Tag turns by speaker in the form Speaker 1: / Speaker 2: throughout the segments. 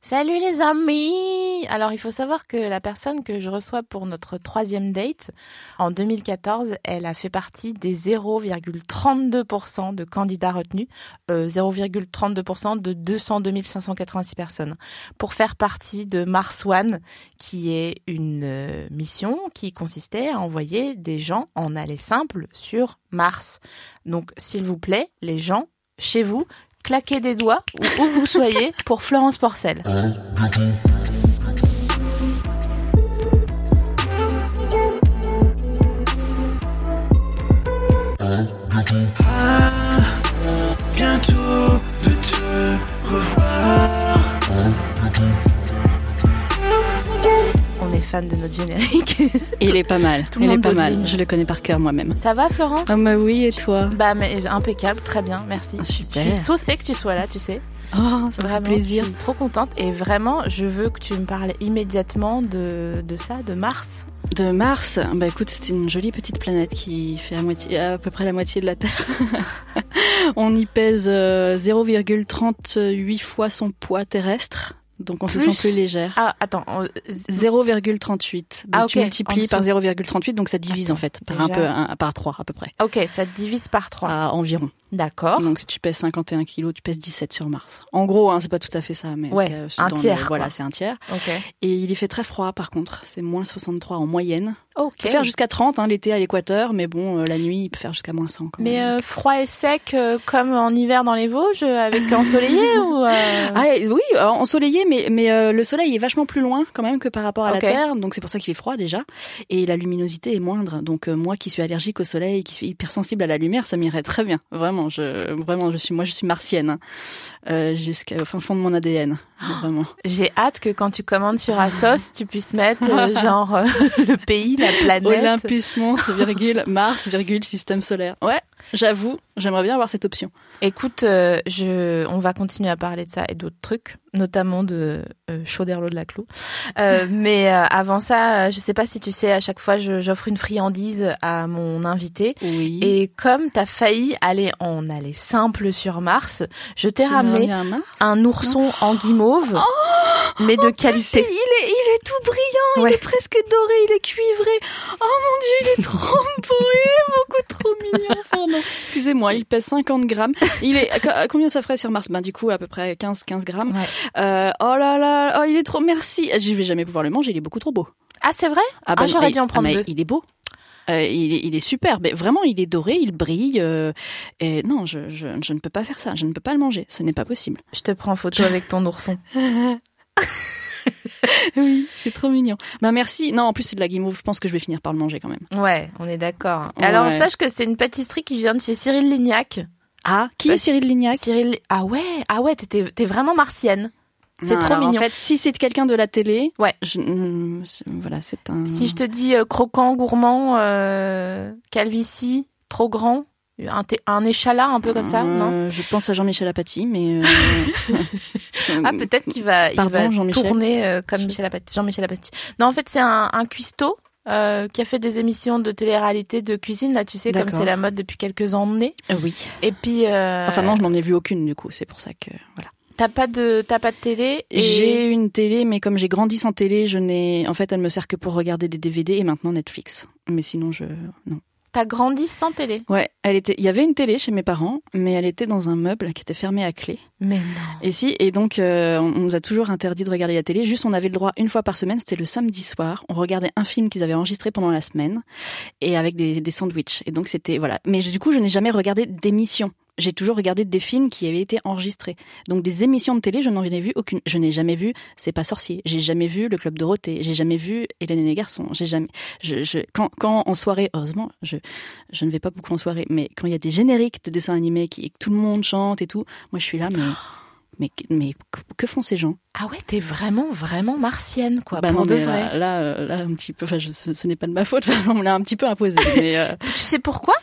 Speaker 1: Salut les amis Alors il faut savoir que la personne que je reçois pour notre troisième date, en 2014, elle a fait partie des 0,32% de candidats retenus, euh, 0,32% de 202 586 personnes, pour faire partie de Mars One, qui est une euh, mission qui consistait à envoyer des gens en aller simple sur Mars. Donc s'il vous plaît, les gens, chez vous, claquez des doigts, où, où vous soyez, pour Florence Porcel.
Speaker 2: bientôt de te revoir.
Speaker 1: On est fan de notre générique.
Speaker 3: Il est pas mal.
Speaker 1: le
Speaker 3: Il est
Speaker 1: monde
Speaker 3: pas
Speaker 1: devine.
Speaker 3: mal. Je le connais par cœur moi-même.
Speaker 1: Ça va Florence
Speaker 3: Ah bah oui, et toi
Speaker 1: Bah mais impeccable, très bien, merci.
Speaker 3: Ah, super.
Speaker 1: Je suis saucée que tu sois là, tu sais.
Speaker 3: Oh, ça me fait
Speaker 1: Vraiment,
Speaker 3: plaisir.
Speaker 1: je suis trop contente et vraiment, je veux que tu me parles immédiatement de, de ça, de Mars.
Speaker 3: De Mars, bah écoute, c'est une jolie petite planète qui fait à, moitié, à peu près la moitié de la Terre. on y pèse euh, 0,38 fois son poids terrestre, donc on se
Speaker 1: Plus
Speaker 3: sent plus légère.
Speaker 1: Ah attends, on-
Speaker 3: 0,38. Donc
Speaker 1: Ah, ok,
Speaker 3: tu
Speaker 1: en
Speaker 3: multiplies
Speaker 1: dessous.
Speaker 3: par 0,38, donc ça divise en fait par un
Speaker 1: déjà.
Speaker 3: peu, un- par 3 à peu près,
Speaker 1: ok, ça te divise par 3.
Speaker 3: à environ.
Speaker 1: D'accord.
Speaker 3: Donc si tu pèses 51 kilos, tu pèses 17 sur Mars. En gros, hein, c'est pas tout à fait ça, mais
Speaker 1: Ouais,
Speaker 3: c'est, euh,
Speaker 1: un
Speaker 3: dans le-
Speaker 1: tiers, quoi.
Speaker 3: voilà, c'est un tiers.
Speaker 1: Ok.
Speaker 3: Et il y fait très froid par contre, c'est moins 63 en moyenne. Il
Speaker 1: Ok.
Speaker 3: peut faire jusqu'à 30 hein, l'été à l'équateur, mais bon, euh, la nuit, il peut faire jusqu'à moins 100 quand
Speaker 1: Mais
Speaker 3: même.
Speaker 1: euh, froid et sec euh, comme en hiver dans les Vosges euh, avec ensoleillé ou euh,
Speaker 3: Ah et- oui, euh, ensoleillé, mais, mais euh, le soleil est vachement plus loin quand même que par rapport à
Speaker 1: Ok.
Speaker 3: la Terre, donc c'est pour ça qu'il fait froid déjà, et la luminosité est moindre. Donc euh, moi qui suis allergique au soleil, qui suis hypersensible à la lumière, ça m'irait très bien, vraiment. Je, vraiment, je suis, moi je suis martienne, hein. euh, jusqu'au fin fond de mon ADN, vraiment.
Speaker 1: J'ai hâte que quand tu commandes sur Asos, tu puisses mettre euh, genre euh, le pays, la planète.
Speaker 3: Olympus Mons, virgule Mars, virgule système solaire. Ouais, j'avoue, j'aimerais bien avoir cette option.
Speaker 1: Écoute, euh, je, on va continuer à parler de ça et d'autres trucs, notamment de euh, Chauderlot de la Clou. Euh, mais euh, avant ça, euh, je sais pas si tu sais, à chaque fois, je- j'offre une friandise à mon invité.
Speaker 3: Oui.
Speaker 1: Et comme t'as failli aller en aller simple sur Mars, je t'ai
Speaker 3: Tu m'as
Speaker 1: ramené
Speaker 3: ramené un Mars
Speaker 1: un ourson en guimauve, mais de
Speaker 3: Oh, Si, il
Speaker 1: qualité.
Speaker 3: est, il est tout brillant,
Speaker 1: Ouais.
Speaker 3: il est presque doré, il est cuivré. Oh mon dieu, il est trop beau, il est beaucoup trop mignon. Enfin, non. Excusez-moi, il pèse 50 grammes. Il est, à co- à combien ça ferait sur Mars Ben du coup, à peu près 15, 15 grammes.
Speaker 1: Ouais.
Speaker 3: Euh, oh là là, oh, il est trop, merci. Je vais jamais pouvoir le manger, il est beaucoup trop beau.
Speaker 1: Ah, c'est vrai Ah,
Speaker 3: non,
Speaker 1: j'aurais
Speaker 3: il-
Speaker 1: dû en prendre
Speaker 3: mais
Speaker 1: deux.
Speaker 3: Il est beau. Euh, il, est, il est super, mais vraiment, il est doré, il brille. euh, et non, je, je, je ne peux pas faire ça, je ne peux pas le manger, ce n'est pas possible.
Speaker 1: Je te prends en photo avec ton ourson.
Speaker 3: Oui, c'est trop mignon. Ben merci. Non, en plus c'est de la guimauve, je pense que je vais finir par le manger quand même.
Speaker 1: Ouais, on est d'accord. Alors,
Speaker 3: Ouais.
Speaker 1: sache que c'est une pâtisserie qui vient de chez Cyril Lignac.
Speaker 3: Ah, qui
Speaker 1: Bah,
Speaker 3: est Cyril Lignac
Speaker 1: Cyril, ah ouais, ah ouais, t'es- t'es t'es vraiment martienne. C'est
Speaker 3: Non,
Speaker 1: trop
Speaker 3: alors,
Speaker 1: mignon.
Speaker 3: En fait, si c'est quelqu'un de la télé,
Speaker 1: Ouais.
Speaker 3: je- hum, c'est- voilà, c'est un.
Speaker 1: Si je te dis euh, croquant, gourmand, euh, calvitie, trop grand, un, thé- un échalas un peu comme ça,
Speaker 3: Euh,
Speaker 1: non
Speaker 3: Je pense à Jean-Michel Apathy, mais. euh,
Speaker 1: Ah peut-être qu'il va, il
Speaker 3: Mm. Pardon,
Speaker 1: va
Speaker 3: Jean-Michel
Speaker 1: tourner euh, comme Michel Apathy- Jean-Michel Apathy. Non, en fait, c'est un, un cuistot. euh, qui a fait des émissions de télé-réalité de cuisine là tu sais comme
Speaker 3: D'accord.
Speaker 1: c'est la mode depuis quelques années
Speaker 3: Euh, oui.
Speaker 1: et puis euh,
Speaker 3: Enfin non, je n'en ai vu aucune du coup. C'est pour ça que voilà.
Speaker 1: t'as pas de t'as pas de télé et
Speaker 3: J'ai une télé, mais comme j'ai grandi sans télé, je n'ai. En fait, elle me sert que pour regarder des DVD et maintenant Netflix. Mais sinon, je non.
Speaker 1: t'as grandi sans télé
Speaker 3: Ouais, elle était. Il y avait une télé chez mes parents, mais elle était dans un meuble qui était fermé à clé.
Speaker 1: mais non
Speaker 3: Et si, et donc euh, on on nous a toujours interdit de regarder la télé, juste on avait le droit une fois par semaine, c'était le samedi soir, on regardait un film qu'ils avaient enregistré pendant la semaine, et avec des, des sandwichs. Et donc c'était, voilà. Mais je- du coup, je n'ai jamais regardé d'émissions. J'ai toujours regardé des films qui avaient été enregistrés. Donc des émissions de télé, je n'en ai vu aucune. Je n'ai jamais vu C'est pas sorcier, j'ai jamais vu Le Club Dorothée, j'ai jamais vu Hélène et les garçons, j'ai jamais... Je, je, quand, quand en soirée, heureusement, je, je ne vais pas beaucoup en soirée, mais quand il y a des génériques de dessins animés qui, et que tout le monde chante et tout, moi je suis là, mais... mais, mais que font ces gens
Speaker 1: Ah ouais, t'es vraiment, vraiment martienne, quoi,
Speaker 3: Bah
Speaker 1: pour
Speaker 3: non,
Speaker 1: de
Speaker 3: mais
Speaker 1: vrai.
Speaker 3: Là, là, euh, là, un petit peu. Enfin, je- ce, ce n'est pas de ma faute. on me l'a un petit peu imposé. mais, euh,
Speaker 1: Tu sais pourquoi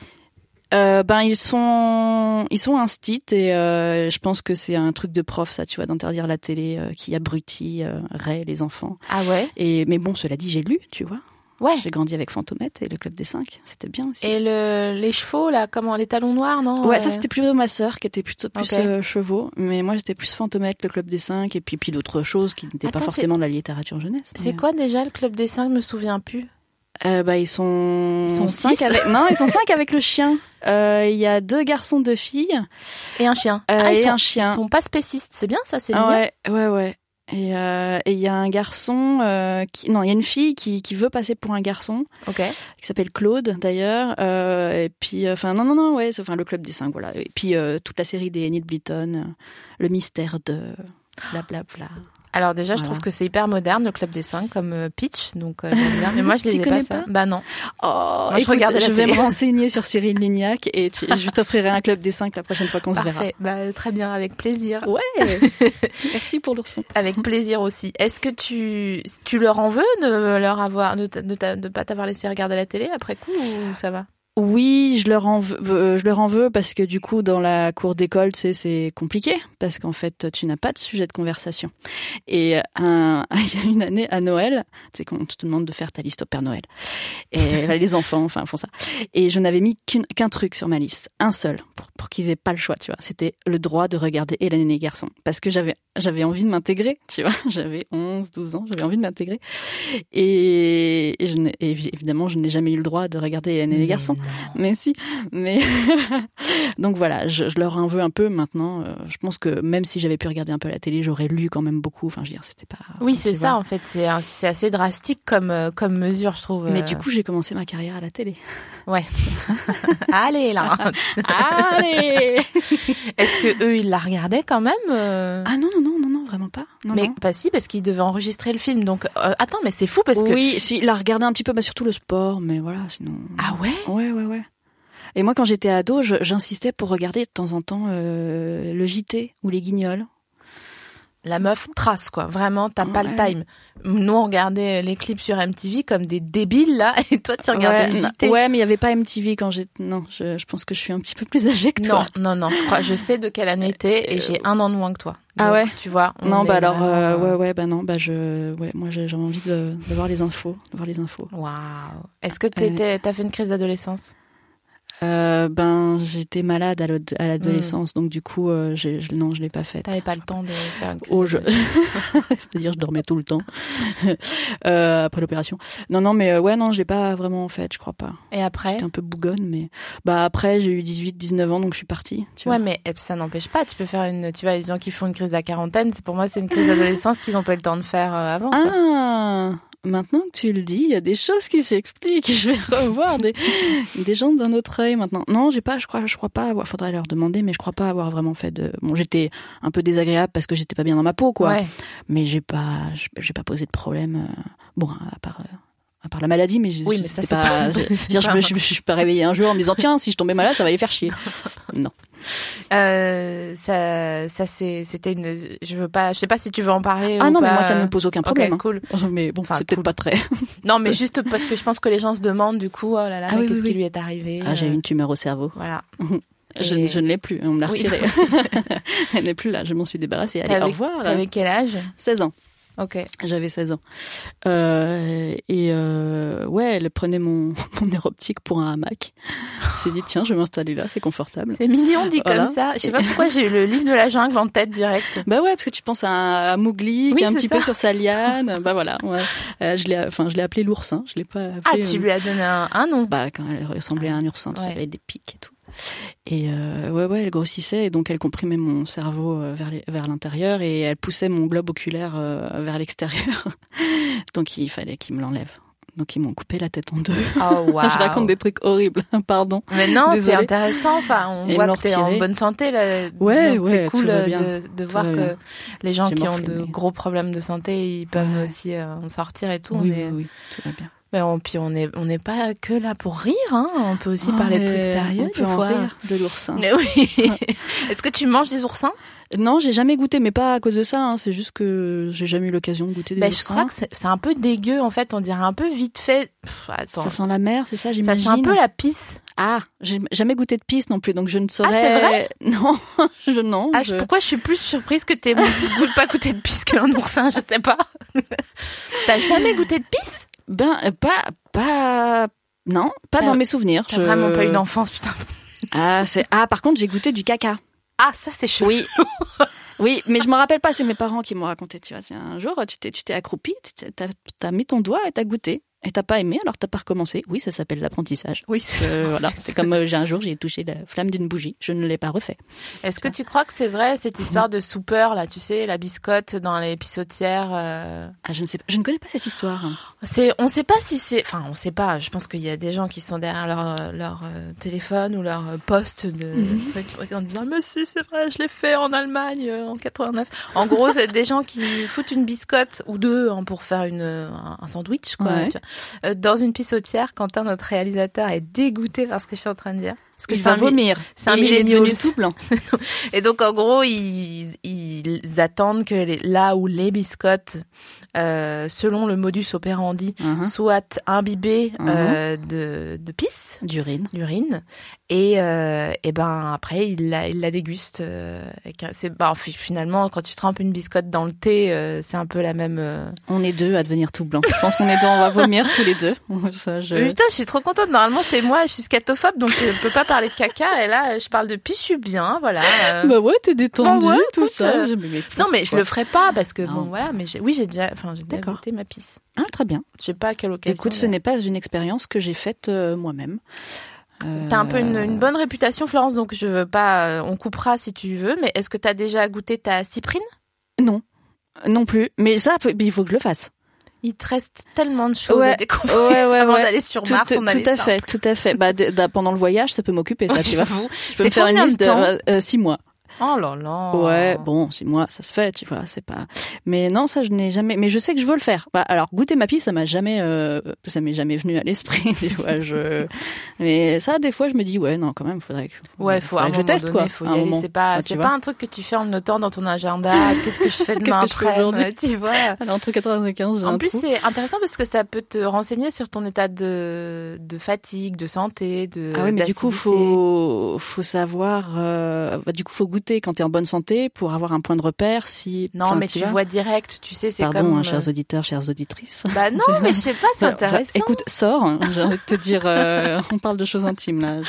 Speaker 3: euh, ben ils sont, ils sont instits et euh, je pense que c'est un truc de prof, ça, tu vois, d'interdire la télé euh, qui abrutit, euh, raie les enfants.
Speaker 1: Ah ouais
Speaker 3: Et mais bon, cela dit, j'ai lu, tu vois.
Speaker 1: Ouais.
Speaker 3: J'ai grandi avec Fantomette et le club des cinq. C'était bien aussi.
Speaker 1: Et le, les chevaux, là, comment Les talons noirs, non
Speaker 3: Ouais,
Speaker 1: Euh,
Speaker 3: ça c'était plutôt ma sœur qui était plutôt plus
Speaker 1: Ok.
Speaker 3: euh, chevaux, mais moi j'étais plus fantomette, le club des cinq et puis puis d'autres choses qui n'étaient
Speaker 1: Attends,
Speaker 3: pas
Speaker 1: c'est-
Speaker 3: forcément de la littérature jeunesse.
Speaker 1: C'est
Speaker 3: mais,
Speaker 1: quoi déjà le club des cinq Je me souviens plus.
Speaker 3: euh, Bah ils sont
Speaker 1: Ils sont
Speaker 3: cinq
Speaker 1: six.
Speaker 3: avec non ils sont cinq avec le chien. Euh, Il y a deux garçons, deux filles.
Speaker 1: Et un chien.
Speaker 3: Euh,
Speaker 1: ah, ils
Speaker 3: et
Speaker 1: sont,
Speaker 3: un chien.
Speaker 1: Ils sont pas spécistes, c'est bien ça, c'est
Speaker 3: Ah
Speaker 1: mignon.
Speaker 3: ouais, ouais, ouais. Et euh, et il y a un garçon euh, qui non il y a une fille qui qui veut passer pour un garçon
Speaker 1: Ok.
Speaker 3: qui s'appelle Claude d'ailleurs. Euh, et puis euh, enfin non non non ouais c'est- enfin le club des cinq voilà. Et puis euh, toute la série des Enid Blyton, euh, le mystère de bla bla bla.
Speaker 1: Alors déjà, je
Speaker 3: Voilà.
Speaker 1: trouve que c'est hyper moderne le club des cinq comme euh, Pitch, donc euh, j'aime bien. Mais moi, je les
Speaker 3: Tu
Speaker 1: ai
Speaker 3: connais
Speaker 1: pas, ça.
Speaker 3: pas
Speaker 1: Bah non.
Speaker 3: Oh,
Speaker 1: je regardais la
Speaker 3: je vais
Speaker 1: télé.
Speaker 3: me renseigner sur Cyril Lignac et tu- je t'offrirai un club des cinq la prochaine fois qu'on se verra.
Speaker 1: Parfait. Bah très bien, avec plaisir.
Speaker 3: Ouais. Merci pour l'ourson.
Speaker 1: Avec plaisir aussi. Est-ce que tu tu leur en veux de leur avoir de, t'a- de, t'a- de pas t'avoir laissé regarder la télé après coup ou ça va
Speaker 3: Oui, je leur en veux, euh, je leur en veux parce que du coup dans la cour d'école, tu sais, c'est compliqué parce qu'en fait, tu n'as pas de sujet de conversation. Et euh, un- il y a une année à Noël, c'est qu'on te demande de faire ta liste au Père Noël. Et euh, les enfants, enfin, font ça. Et je n'avais mis qu'une- qu'un truc sur ma liste, un seul, pour, pour qu'ils aient pas le choix, tu vois. C'était le droit de regarder Hélène et les garçons parce que j'avais j'avais envie de m'intégrer, tu vois. J'avais 11, 12 ans, j'avais envie de m'intégrer. Et, et je n'ai- et évidemment, je n'ai jamais eu le droit de regarder Hélène et les garçons. Mais si, mais donc voilà, je, je leur en veux un peu maintenant. Euh, Je pense que même si j'avais pu regarder un peu la télé, j'aurais lu quand même beaucoup. Enfin, je veux dire, c'était pas.
Speaker 1: Oui,
Speaker 3: tu
Speaker 1: c'est ça
Speaker 3: vois.
Speaker 1: en fait. C'est un- c'est assez drastique comme euh, comme mesure, je trouve.
Speaker 3: Mais
Speaker 1: euh.
Speaker 3: du coup, j'ai commencé ma carrière à la télé.
Speaker 1: allez là. Ah,
Speaker 3: Allez
Speaker 1: Est-ce que eux ils la regardaient quand même euh
Speaker 3: Ah non, non, non, non, non, vraiment pas. Non,
Speaker 1: Mais
Speaker 3: non.
Speaker 1: pas si parce qu'ils devaient enregistrer le film. Donc euh, attends, mais c'est fou parce que
Speaker 3: oui, si, la regarder un petit peu, bah, surtout le sport, mais voilà, sinon.
Speaker 1: ah ouais.
Speaker 3: Ouais, ouais, ouais. Et moi, quand j'étais ado, je- j'insistais pour regarder de temps en temps euh, le JT ou les Guignols.
Speaker 1: La meuf trace, quoi. Vraiment, t'as pas le
Speaker 3: Ouais.
Speaker 1: time. Nous, on regardait les clips sur MTV comme des débiles, là, et toi, tu regardais
Speaker 3: ouais,
Speaker 1: le JT.
Speaker 3: n- ouais, mais il y avait pas MTV quand j'étais. Non, je, je pense que je suis un petit peu plus âgée que toi.
Speaker 1: Non, non, non, je crois, je sais de quelle année t'es, et j'ai un an de moins que toi.
Speaker 3: Ah
Speaker 1: Donc,
Speaker 3: ouais
Speaker 1: Tu vois. on
Speaker 3: Non,
Speaker 1: est
Speaker 3: bah alors,
Speaker 1: vraiment,
Speaker 3: euh,
Speaker 1: euh,
Speaker 3: ouais, ouais, bah non, bah je, ouais, moi j'ai j'ai envie de, de voir les infos, de voir les infos.
Speaker 1: Waouh. Est-ce que t'étais- t'as fait une crise d'adolescence
Speaker 3: Euh, ben j'étais malade à l'ad- à l'adolescence,
Speaker 1: Hmm.
Speaker 3: donc du coup, euh, j'ai- je- non, je l'ai pas faite.
Speaker 1: T'avais pas le temps de faire une crise
Speaker 3: Oh, je-
Speaker 1: d'adolescence.
Speaker 3: C'est-à-dire, je dormais tout le temps euh, après l'opération. Non, non, mais euh, ouais, non, je l'ai pas vraiment faite, je crois pas.
Speaker 1: Et après
Speaker 3: J'étais un peu bougonne, mais bah après j'ai eu 18, 19 ans, donc je suis partie. Tu
Speaker 1: Ouais,
Speaker 3: vois.
Speaker 1: mais eh, ça n'empêche pas. Tu peux faire une. Tu vois, les gens qui font une crise de la quarantaine, c'est pour moi, c'est une crise d'adolescence qu'ils ont pas eu le temps de faire euh, avant. quoi.
Speaker 3: Ah, maintenant que tu le dis, il y a des choses qui s'expliquent. Je vais revoir des, des gens d'un autre œil maintenant. Non, j'ai pas, je crois, je crois pas avoir, faudrait leur demander, mais je crois pas avoir vraiment fait de, bon, j'étais un peu désagréable parce que j'étais pas bien dans ma peau, quoi.
Speaker 1: Ouais.
Speaker 3: Mais j'ai pas, j'ai- j'ai pas posé de problème, euh, bon, à part, euh, à part la maladie, mais je,
Speaker 1: Oui, mais ça,
Speaker 3: c'était
Speaker 1: c'est pas-
Speaker 3: je, je veux dire, je me- je me suis pas réveillée un jour en me disant, tiens, si je tombais malade, ça va les faire chier. Non.
Speaker 1: Euh, ça, ça c'est, c'était une. Je veux pas. Je sais pas si tu veux en parler.
Speaker 3: Ah
Speaker 1: ou
Speaker 3: non, mais
Speaker 1: pas.
Speaker 3: moi, ça ne me pose aucun
Speaker 1: Ok,
Speaker 3: problème. hein.
Speaker 1: cool.
Speaker 3: Mais bon,
Speaker 1: Enfin,
Speaker 3: c'est peut-être
Speaker 1: cool.
Speaker 3: pas très.
Speaker 1: Non, mais juste parce que je pense que les gens se demandent du coup, oh là là,
Speaker 3: Ah
Speaker 1: mais
Speaker 3: oui,
Speaker 1: qu'est-ce
Speaker 3: oui,
Speaker 1: qui
Speaker 3: oui.
Speaker 1: lui est arrivé
Speaker 3: Ah, j'ai
Speaker 1: euh,
Speaker 3: eu une tumeur au cerveau.
Speaker 1: Voilà.
Speaker 3: Je,
Speaker 1: Et-
Speaker 3: je ne l'ai plus, on me l'a
Speaker 1: Oui. Ah
Speaker 3: retirée. Elle n'est plus là, je m'en suis débarrassée. Allez,
Speaker 1: T'avais-
Speaker 3: au revoir.
Speaker 1: T'avais quel âge
Speaker 3: 16 ans.
Speaker 1: Ok.
Speaker 3: J'avais 16 ans. Euh, et euh, ouais, elle prenait mon, mon air optique pour un hamac. Elle s'est dit, tiens, je vais m'installer là, c'est confortable.
Speaker 1: C'est mignon dit
Speaker 3: Voilà.
Speaker 1: comme ça. Je sais
Speaker 3: Et-
Speaker 1: pas pourquoi j'ai eu le livre de la jungle en tête direct.
Speaker 3: Bah ouais, parce que tu penses à, un- à Mowgli
Speaker 1: Oui,
Speaker 3: qui est un
Speaker 1: c'est
Speaker 3: petit
Speaker 1: ça.
Speaker 3: peu sur sa liane. bah voilà, ouais. Euh, je l'ai enfin, je l'ai appelé l'oursin, je l'ai pas appelé...
Speaker 1: Ah,
Speaker 3: euh,
Speaker 1: tu lui as donné un, un nom.
Speaker 3: bah, quand elle ressemblait à un oursin, tu sais,
Speaker 1: Ouais.
Speaker 3: avec des pics et tout. Et euh, ouais, ouais, elle grossissait et donc elle comprimait mon cerveau euh, vers les- vers l'intérieur et elle poussait mon globe oculaire euh, vers l'extérieur. donc il fallait qu'ils me l'enlèvent. Donc ils m'ont coupé la tête en deux.
Speaker 1: Oh waouh.
Speaker 3: Je raconte des trucs horribles, hein, pardon.
Speaker 1: Mais non, c'est
Speaker 3: Désolée.
Speaker 1: intéressant. Enfin, on
Speaker 3: Et
Speaker 1: voit
Speaker 3: me
Speaker 1: que t'es en
Speaker 3: retirer.
Speaker 1: bonne santé là.
Speaker 3: Ouais,
Speaker 1: Donc,
Speaker 3: ouais,
Speaker 1: C'est cool
Speaker 3: tout va
Speaker 1: euh,
Speaker 3: bien.
Speaker 1: de, de
Speaker 3: Tout
Speaker 1: voir
Speaker 3: va
Speaker 1: que
Speaker 3: bien.
Speaker 1: les gens
Speaker 3: J'ai
Speaker 1: qui ont
Speaker 3: morflé,
Speaker 1: de
Speaker 3: mais-
Speaker 1: gros problèmes de santé, ils peuvent
Speaker 3: Ouais.
Speaker 1: aussi euh, en sortir et tout.
Speaker 3: oui,
Speaker 1: mais...
Speaker 3: oui, oui, tout va bien.
Speaker 1: Mais on, puis on n'est on n'est pas que là pour rire, hein. on peut aussi
Speaker 3: Oh,
Speaker 1: parler de
Speaker 3: mais
Speaker 1: trucs sérieux
Speaker 3: on peut
Speaker 1: des
Speaker 3: en
Speaker 1: fois.
Speaker 3: rire de l'oursin.
Speaker 1: Mais oui. Est-ce que tu manges des oursins
Speaker 3: Non, j'ai jamais goûté, mais pas à cause de ça. hein, C'est juste que j'ai jamais eu l'occasion de goûter des
Speaker 1: Ben, je
Speaker 3: oursins.
Speaker 1: crois que c'est c'est un peu dégueu en fait, on dirait un peu vite fait. Pff, attends,
Speaker 3: ça sent la mer, c'est ça,
Speaker 1: ça
Speaker 3: j'imagine.
Speaker 1: sent un peu la pisse.
Speaker 3: Ah, j'ai jamais goûté de pisse non plus, donc je ne saurais.
Speaker 1: Ah, c'est vrai
Speaker 3: Non, je non.
Speaker 1: Ah,
Speaker 3: je...
Speaker 1: je- Pourquoi je suis plus surprise que t'aies goûté pas goûté de pisse qu'un oursin, je sais pas. T'as jamais goûté de pisse
Speaker 3: Ben euh, pas pas non, pas
Speaker 1: T'as-
Speaker 3: dans mes souvenirs.
Speaker 1: T'as
Speaker 3: je-
Speaker 1: vraiment pas eu d'enfance, putain.
Speaker 3: Ah c'est ah par contre j'ai goûté du caca.
Speaker 1: Ah, ça c'est chelou.
Speaker 3: Oui. Oui, mais je me rappelle pas, c'est mes parents qui m'ont raconté, tu vois. Tiens, un jour, tu t'es, tu t'es accroupi, tu t'es- t'as, t'as mis ton doigt et t'as goûté. Et t'as pas aimé, alors t'as pas recommencé. Oui, ça s'appelle l'apprentissage.
Speaker 1: Oui, c'est
Speaker 3: Euh, voilà. C'est comme euh, j'ai un jour, j'ai touché la flamme d'une bougie. Je ne l'ai pas refait.
Speaker 1: Est-ce que tu crois que c'est vrai cette histoire de soupeur là, tu sais, la biscotte dans les pissotières euh,
Speaker 3: Ah, je ne sais pas. Je ne connais pas cette histoire. hein.
Speaker 1: C'est, on sait pas si c'est, enfin, on sait pas. Je pense qu'il y a des gens qui sont derrière leur, euh, leur euh, téléphone ou leur euh, poste de,
Speaker 3: Mhm.
Speaker 1: trucs en disant, mais si, c'est vrai, je l'ai fait en Allemagne euh, en 89. En gros, c'est des gens qui foutent une biscotte ou deux hein, pour faire une, euh, un un sandwich, quoi.
Speaker 3: Ouais.
Speaker 1: tu vois. Euh, Dans une pissotière, Quentin, notre réalisateur, est dégoûté par ce que je suis en train de dire. Parce que
Speaker 3: Il
Speaker 1: c'est
Speaker 3: va
Speaker 1: un mi-
Speaker 3: vomir.
Speaker 1: c'est un
Speaker 3: il, il est devenu
Speaker 1: millennials.
Speaker 3: tout blanc.
Speaker 1: et donc en gros, ils, ils attendent que les- là où les biscottes, euh, selon le modus operandi,
Speaker 3: Mhm.
Speaker 1: soit imbibé euh, de, de pisse,
Speaker 3: D'urine.
Speaker 1: d'urine, et, euh, et ben après il la, il la déguste. euh, avec un- c'est bah, fi- finalement quand tu trempes une biscotte dans le thé, euh, c'est un peu la même. euh.
Speaker 3: On est deux à devenir tout blanc. Je pense qu'on est deux, on va vomir tous les deux. Ça, je...
Speaker 1: Mais Putain, je suis trop contente. Normalement c'est moi, je suis scatophobe, donc je peux pas parler de caca. Et là, je parle de pisse, je suis bien, voilà. euh.
Speaker 3: Bah ouais, t'es détendu,
Speaker 1: Bah ouais,
Speaker 3: tout
Speaker 1: écoute,
Speaker 3: ça.
Speaker 1: euh,
Speaker 3: Je me mets plus,
Speaker 1: non mais je
Speaker 3: quoi.
Speaker 1: le ferai pas parce que bon
Speaker 3: Non.
Speaker 1: voilà. Mais j'ai- oui, j'ai déjà, enfin j'ai déjà
Speaker 3: D'accord.
Speaker 1: goûté ma pisse.
Speaker 3: Ah, très bien.
Speaker 1: Je sais pas à quelle occasion.
Speaker 3: Écoute, ce
Speaker 1: là.
Speaker 3: n'est pas une expérience que j'ai faite euh, moi-même. Euh,
Speaker 1: T'as un peu une, une bonne réputation, Florence, donc je veux pas. euh, On coupera si tu veux, mais est-ce que t'as déjà goûté ta cyprine
Speaker 3: Euh, Non. Non plus. Mais ça, peut- il faut que je le fasse.
Speaker 1: Il te reste tellement de choses
Speaker 3: Ouais.
Speaker 1: à découvrir.
Speaker 3: Ouais, ouais,
Speaker 1: Avant
Speaker 3: ouais.
Speaker 1: d'aller sur
Speaker 3: Tout,
Speaker 1: Mars, on
Speaker 3: tout
Speaker 1: allait
Speaker 3: à
Speaker 1: simple.
Speaker 3: fait, tout à fait. Bah, de- de- pendant le voyage, ça peut m'occuper, ça,
Speaker 1: Ouais,
Speaker 3: tu vois.
Speaker 1: j'avoue.
Speaker 3: Je
Speaker 1: C'est
Speaker 3: peux me faire une
Speaker 1: combien de
Speaker 3: liste de,
Speaker 1: temps
Speaker 3: euh, six mois.
Speaker 1: Oh là là.
Speaker 3: Ouais, bon, six mois, ça se fait, tu vois, c'est pas. Mais non, ça, je n'ai jamais. Mais je sais que je veux le faire. Bah, alors, goûter ma pisse, ça m'a jamais, euh, ça m'est jamais venu à l'esprit, tu vois. Je. Mais ça, des fois, je me dis, ouais, non, quand même, faudrait que.
Speaker 1: Ouais, faut, à un
Speaker 3: faudrait que je
Speaker 1: moment
Speaker 3: teste
Speaker 1: donné,
Speaker 3: quoi.
Speaker 1: Faut
Speaker 3: à
Speaker 1: y
Speaker 3: un
Speaker 1: aller.
Speaker 3: moment.
Speaker 1: C'est pas,
Speaker 3: Ah, tu
Speaker 1: c'est
Speaker 3: vois.
Speaker 1: pas un truc que tu fermes le temps dans ton agenda. Qu'est-ce que je fais demain
Speaker 3: Qu'est-ce que je fais
Speaker 1: après
Speaker 3: aujourd'hui
Speaker 1: Tu vois.
Speaker 3: Alors, Ah, entre 95, j'ai
Speaker 1: En
Speaker 3: un
Speaker 1: plus,
Speaker 3: trou.
Speaker 1: c'est intéressant parce que ça peut te renseigner sur ton état de, de fatigue, de santé, de.
Speaker 3: Ah oui, mais du coup,
Speaker 1: d'acidité.
Speaker 3: faut faut savoir. euh, bah, du coup, faut goûter quand t'es en bonne santé pour avoir un point de repère. Si
Speaker 1: Non,
Speaker 3: enfin,
Speaker 1: mais tu
Speaker 3: vois.
Speaker 1: vois direct. Tu sais, c'est
Speaker 3: Pardon,
Speaker 1: comme.
Speaker 3: hein,
Speaker 1: euh,
Speaker 3: chers auditeurs, chères auditrices.
Speaker 1: Bah non, mais je sais pas, c'est
Speaker 3: Enfin,
Speaker 1: intéressant.
Speaker 3: écoute, sors. hein, J'ai envie de te dire, euh, on parle de choses intimes là.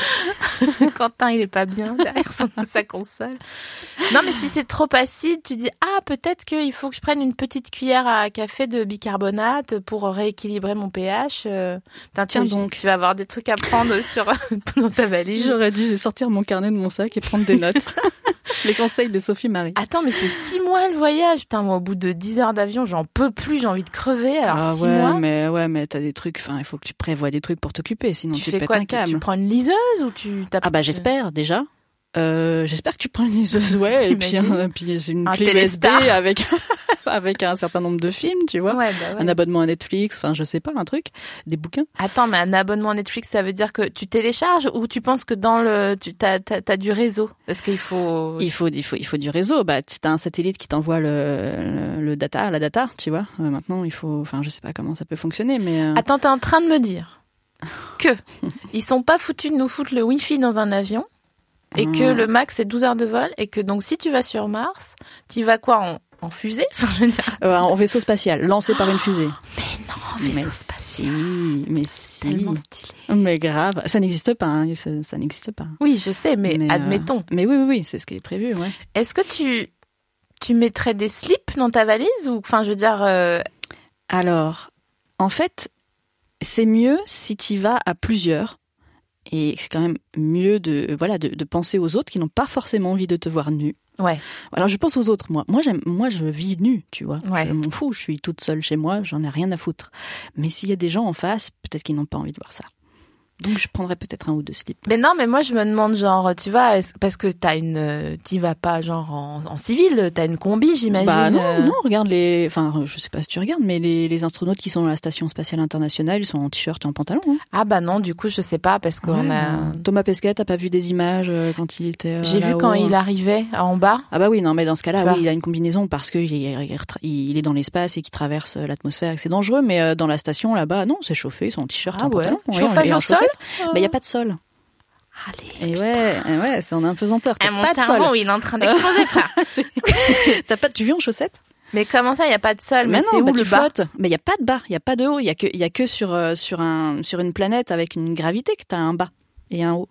Speaker 1: Quentin, il est pas bien derrière son- sa console. Non, mais si c'est trop acide, tu dis ah peut-être qu'il faut que je prenne une petite cuillère à café de bicarbonate pour rééquilibrer mon pH. Euh, putain, tu-
Speaker 3: Tiens donc.
Speaker 1: tu vas avoir des trucs à prendre sur dans ta valise.
Speaker 3: J'aurais dû sortir mon carnet de mon sac et prendre des notes. Les conseils de Sophie Marie.
Speaker 1: Attends, mais c'est six mois le voyage. Putain, moi au bout de 10 heures d'avion, j'en peux plus, j'ai envie de crever. Alors six
Speaker 3: Ah ouais,
Speaker 1: mois.
Speaker 3: mais ouais, mais t'as des trucs. Enfin, il faut que tu prévois des trucs pour t'occuper, sinon
Speaker 1: Tu
Speaker 3: tu,
Speaker 1: fais
Speaker 3: pètes
Speaker 1: quoi
Speaker 3: un
Speaker 1: tu,
Speaker 3: câble.
Speaker 1: tu prends une liseuse ou tu t'as
Speaker 3: Ah bah j'espère déjà. Euh, j'espère que tu prends une liseuse, ouais, et puis,
Speaker 1: T'imagines
Speaker 3: un- puis c'est une
Speaker 1: Un
Speaker 3: clé USB
Speaker 1: téléstar.
Speaker 3: avec avec un certain nombre de films, tu vois.
Speaker 1: Ouais, bah ouais.
Speaker 3: Un abonnement à Netflix, enfin je sais pas, un truc, des bouquins.
Speaker 1: Attends, mais un abonnement Netflix, ça veut dire que tu télécharges ou tu penses que dans le, tu t'as, t'as, t'as du réseau Parce qu'il faut.
Speaker 3: Il faut il faut il faut du réseau. Bah si t'as un satellite qui t'envoie le, le le data, la data, tu vois. Euh, maintenant il faut, enfin je sais pas comment ça peut fonctionner, mais euh,
Speaker 1: Attends, t'es en train de me dire que ils sont pas foutus de nous foutre le Wi-Fi dans un avion et que
Speaker 3: Hmm.
Speaker 1: le max c'est 12 heures de vol et que donc si tu vas sur Mars, tu vas quoi en, en fusée Enfin, je veux dire,
Speaker 3: euh, en vaisseau spatial, lancé par une fusée.
Speaker 1: Mais non, en
Speaker 3: mais
Speaker 1: vaisseau spatial.
Speaker 3: si, mais si.
Speaker 1: Tellement stylé.
Speaker 3: Mais grave, ça n'existe pas, hein, ça, ça n'existe pas.
Speaker 1: Oui, je sais, mais,
Speaker 3: Mais, euh,
Speaker 1: admettons.
Speaker 3: Mais oui, oui, oui, c'est ce qui est prévu, ouais.
Speaker 1: Est-ce que tu tu mettrais des slips dans ta valise ou enfin je veux dire euh,
Speaker 3: Alors, en fait, c'est mieux si tu vas à plusieurs. Et c'est quand même mieux de voilà de, de penser aux autres qui n'ont pas forcément envie de te voir nu.
Speaker 1: ouais
Speaker 3: Alors je pense aux autres moi. Moi j'aime moi je vis nu, tu vois.
Speaker 1: Ouais.
Speaker 3: Je m'en fous, je suis toute seule chez moi, j'en ai rien à foutre. Mais s'il y a des gens en face, peut-être qu'ils n'ont pas envie de voir ça. Donc je prendrais peut-être un ou deux slips.
Speaker 1: Mais non, mais moi je me demande genre, tu vois, est-ce- parce que t'as une, euh, t'y vas pas genre en, en civil, t'as une combi, j'imagine.
Speaker 3: Bah
Speaker 1: euh,
Speaker 3: non, non, regarde les. Enfin, je sais pas si tu regardes, mais les, les astronautes qui sont dans la station spatiale internationale, ils sont en t-shirt et en pantalon. hein.
Speaker 1: Ah bah non, du coup je sais pas parce qu'on
Speaker 3: Ouais. euh,
Speaker 1: a.
Speaker 3: Thomas Pesquet, t'as pas vu des images euh, quand il était. euh,
Speaker 1: J'ai vu
Speaker 3: là-haut,
Speaker 1: quand il
Speaker 3: hein.
Speaker 1: arrivait en bas.
Speaker 3: Ah bah oui, non, mais dans ce cas-là,
Speaker 1: Tu
Speaker 3: oui,
Speaker 1: vois.
Speaker 3: il a une combinaison parce que il est, il est dans l'espace et qu'il traverse euh, l'atmosphère et que c'est dangereux. Mais euh, dans la station là-bas, non, c'est chauffé, ils sont en t-shirt,
Speaker 1: Ah
Speaker 3: en
Speaker 1: ouais.
Speaker 3: pantalon. oui,
Speaker 1: Chauffage
Speaker 3: et en
Speaker 1: au sol
Speaker 3: chaussettes. Bah y a pas de sol.
Speaker 1: Allez.
Speaker 3: Et ouais, et ouais, c'est en impesanteur. T'as
Speaker 1: Ah, mon
Speaker 3: pas de
Speaker 1: cerveau,
Speaker 3: sol.
Speaker 1: il est en train d'exploser, frère.
Speaker 3: T'as pas. Tu vis en chaussettes
Speaker 1: Mais comment ça, il y a pas de sol Mais,
Speaker 3: Mais
Speaker 1: c'est
Speaker 3: non,
Speaker 1: où
Speaker 3: bah,
Speaker 1: le
Speaker 3: tu
Speaker 1: bas
Speaker 3: flottes. Mais il y a pas de bas, il y a pas de haut, il y a que il y a que sur euh, sur un sur une planète avec une gravité que t'as un bas et un haut.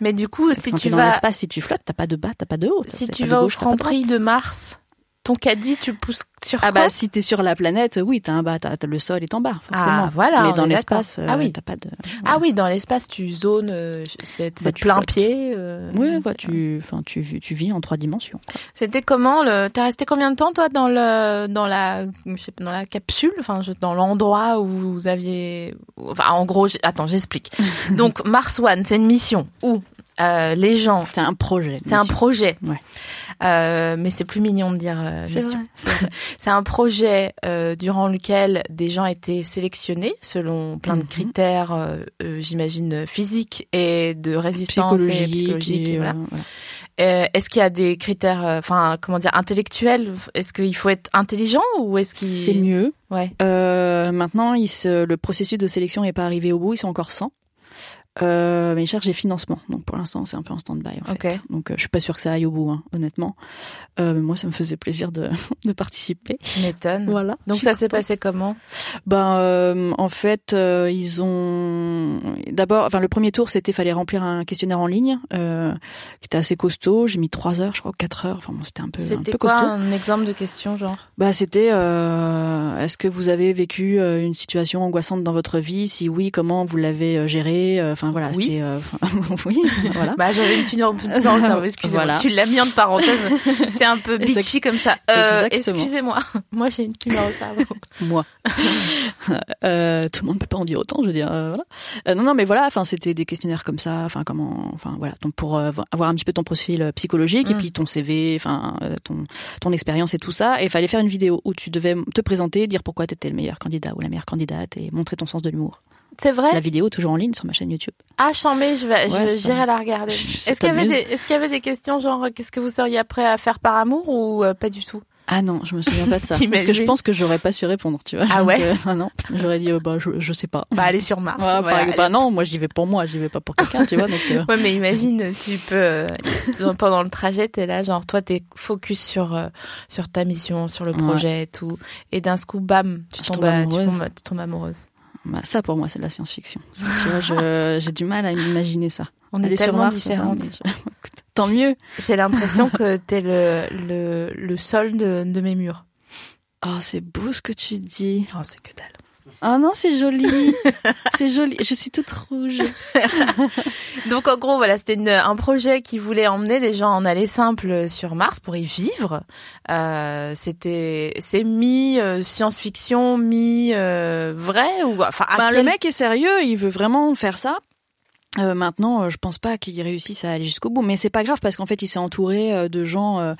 Speaker 1: Mais du coup,
Speaker 3: Parce
Speaker 1: si
Speaker 3: que quand
Speaker 1: tu
Speaker 3: t'es dans
Speaker 1: vas,
Speaker 3: l'espace, si tu flottes, t'as pas de bas, t'as pas de haut.
Speaker 1: si
Speaker 3: T'as
Speaker 1: tu
Speaker 3: pas de
Speaker 1: vas au
Speaker 3: gauche, t'as pas
Speaker 1: Grand
Speaker 3: de
Speaker 1: Prix
Speaker 3: droite.
Speaker 1: de Mars, ton caddie, tu pousses sur
Speaker 3: Ah
Speaker 1: quoi
Speaker 3: bah si t'es sur la planète, oui, t'as un bas, t'as- t'as- le sol est en bas, forcément.
Speaker 1: Ah, voilà, on
Speaker 3: Mais dans
Speaker 1: est
Speaker 3: l'espace,
Speaker 1: d'accord. Ah
Speaker 3: euh,
Speaker 1: oui.
Speaker 3: t'as pas de.
Speaker 1: Ah oui, dans l'espace, tu zones, euh, c'est
Speaker 3: Bah,
Speaker 1: c'est
Speaker 3: tu
Speaker 1: plein
Speaker 3: flottes.
Speaker 1: pied. euh,
Speaker 3: Oui, bah, tu, enfin, tu, vis- tu vis en trois dimensions.
Speaker 1: C'était comment le T'es resté combien de temps toi dans le dans la je sais pas, dans la capsule Enfin, je- dans l'endroit où vous aviez. Enfin, en gros, j'ai- attends, j'explique. Donc Mars One, c'est une mission où euh, les gens.
Speaker 3: C'est un projet.
Speaker 1: C'est un
Speaker 3: monsieur.
Speaker 1: projet.
Speaker 3: Ouais.
Speaker 1: Euh, mais c'est plus mignon de dire euh,
Speaker 3: C'est
Speaker 1: mission.
Speaker 3: vrai, c'est vrai.
Speaker 1: C'est un projet euh, durant lequel des gens étaient sélectionnés selon plein de
Speaker 3: Mhm.
Speaker 1: critères, euh, euh, j'imagine, physiques et de résistance et
Speaker 3: Psychologique,
Speaker 1: psychologiques.
Speaker 3: et,
Speaker 1: et voilà.
Speaker 3: euh, voilà.
Speaker 1: Euh, Est-ce qu'il y a des critères, euh, enfin, comment dire, intellectuels Est-ce qu'il faut être intelligent ou est-ce qu'il...
Speaker 3: C'est mieux.
Speaker 1: Ouais.
Speaker 3: Euh, maintenant, ils se- le processus de sélection n'est pas arrivé au bout, ils sont encore 100. Euh, mais ils cherchent des financements. Donc pour l'instant, c'est un peu en stand-by. En
Speaker 1: Ok.
Speaker 3: fait. Donc euh, je suis pas sûre que ça aille au bout, hein, honnêtement. Euh, mais moi, ça me faisait plaisir de, de participer.
Speaker 1: M'étonne.
Speaker 3: Voilà.
Speaker 1: Mm. Donc
Speaker 3: Je suis
Speaker 1: ça s'est
Speaker 3: contente.
Speaker 1: passé comment
Speaker 3: Ben, euh, en fait, euh, ils ont d'abord, enfin, le premier tour, c'était fallait remplir un questionnaire en ligne euh, qui était assez costaud. J'ai mis trois heures, je crois, ou quatre heures. Enfin, bon, c'était un peu, un
Speaker 1: C'était
Speaker 3: peu
Speaker 1: quoi
Speaker 3: costaud.
Speaker 1: un exemple de question, genre
Speaker 3: Bah, c'était euh, est-ce que vous avez vécu euh, une situation angoissante dans votre vie Si oui, comment vous l'avez euh, gérée Euh, Enfin voilà,
Speaker 1: Oui.
Speaker 3: c'était euh, oui, voilà.
Speaker 1: Bah j'avais une tumeur dans le cerveau, excusez-moi.
Speaker 3: Voilà.
Speaker 1: Tu l'as mis en parenthèse. C'est un peu
Speaker 3: Exact-
Speaker 1: bitchy comme ça. Euh,
Speaker 3: Exactement.
Speaker 1: excusez-moi. Moi j'ai une tumeur au cerveau.
Speaker 3: moi. Euh, tout le monde peut pas en dire autant, je veux dire. euh, voilà. Euh, non, non, mais voilà. Enfin, c'était des questionnaires comme ça. Enfin, comment. Enfin, voilà. Donc, pour euh, vo- avoir un petit peu ton profil euh, psychologique et
Speaker 1: Mm.
Speaker 3: puis ton CV, enfin, euh, ton ton expérience et tout ça. Et il fallait faire une vidéo où tu devais te présenter, dire pourquoi tu étais le meilleur candidat ou la meilleure candidate et montrer ton sens de l'humour.
Speaker 1: C'est vrai
Speaker 3: La vidéo toujours en ligne sur ma chaîne YouTube.
Speaker 1: Ah chambé, je vais,
Speaker 3: Ouais,
Speaker 1: je-
Speaker 3: c'est
Speaker 1: j'irai la regarder.
Speaker 3: Ça
Speaker 1: Est-ce qu'il y avait
Speaker 3: t'amuse
Speaker 1: des, est-ce qu'il y avait des questions genre euh, qu'est-ce que vous seriez prêt à faire par amour ou euh, pas du tout
Speaker 3: Ah non, je me souviens pas de ça. parce que je
Speaker 1: T'imagines
Speaker 3: pense que j'aurais pas su répondre, tu vois.
Speaker 1: Ah
Speaker 3: Donc,
Speaker 1: ouais
Speaker 3: euh, ah non, j'aurais dit euh, bah je, je sais pas.
Speaker 1: Bah aller sur Mars.
Speaker 3: Ouais, par-
Speaker 1: voilà, aller-
Speaker 3: bah non, moi j'y vais pour moi, j'y vais pas pour quelqu'un, tu vois. Donc euh,
Speaker 1: Ouais, mais imagine, tu peux euh, dans- pendant le trajet, t'es là, genre toi t'es focus sur euh, sur ta mission, sur le
Speaker 3: Ouais.
Speaker 1: projet et tout, et d'un coup, bam, tu
Speaker 3: Je
Speaker 1: tombes,
Speaker 3: tombe
Speaker 1: à- tu,
Speaker 3: amoureuse.
Speaker 1: tombes, tu tombes amoureuse.
Speaker 3: bah, ça pour moi c'est de la science-fiction. Ça, Tu vois, je- j'ai du mal à imaginer ça.
Speaker 1: On
Speaker 3: Aller
Speaker 1: est
Speaker 3: sur
Speaker 1: tellement
Speaker 3: Mars,
Speaker 1: différentes.
Speaker 3: ça, mais je- écoute, Tant mieux.
Speaker 1: J'ai l'impression que t'es le le le sol de, de mes murs.
Speaker 3: Oh, c'est beau ce que tu dis.
Speaker 1: Oh, c'est que dalle.
Speaker 3: Oh non, c'est joli. c'est joli. Je suis toute rouge.
Speaker 1: Donc en gros, voilà, c'était une- un projet qui voulait emmener des gens en aller simple sur Mars pour y vivre. Euh, c'était c'est mi euh, science-fiction, mi euh, vrai ou enfin à
Speaker 3: Ben,
Speaker 1: quel-
Speaker 3: Le mec est sérieux, il veut vraiment faire ça. Euh, maintenant, euh, je pense pas qu'il réussisse à aller jusqu'au bout, mais c'est pas grave parce qu'en fait, il s'est entouré euh, de gens euh,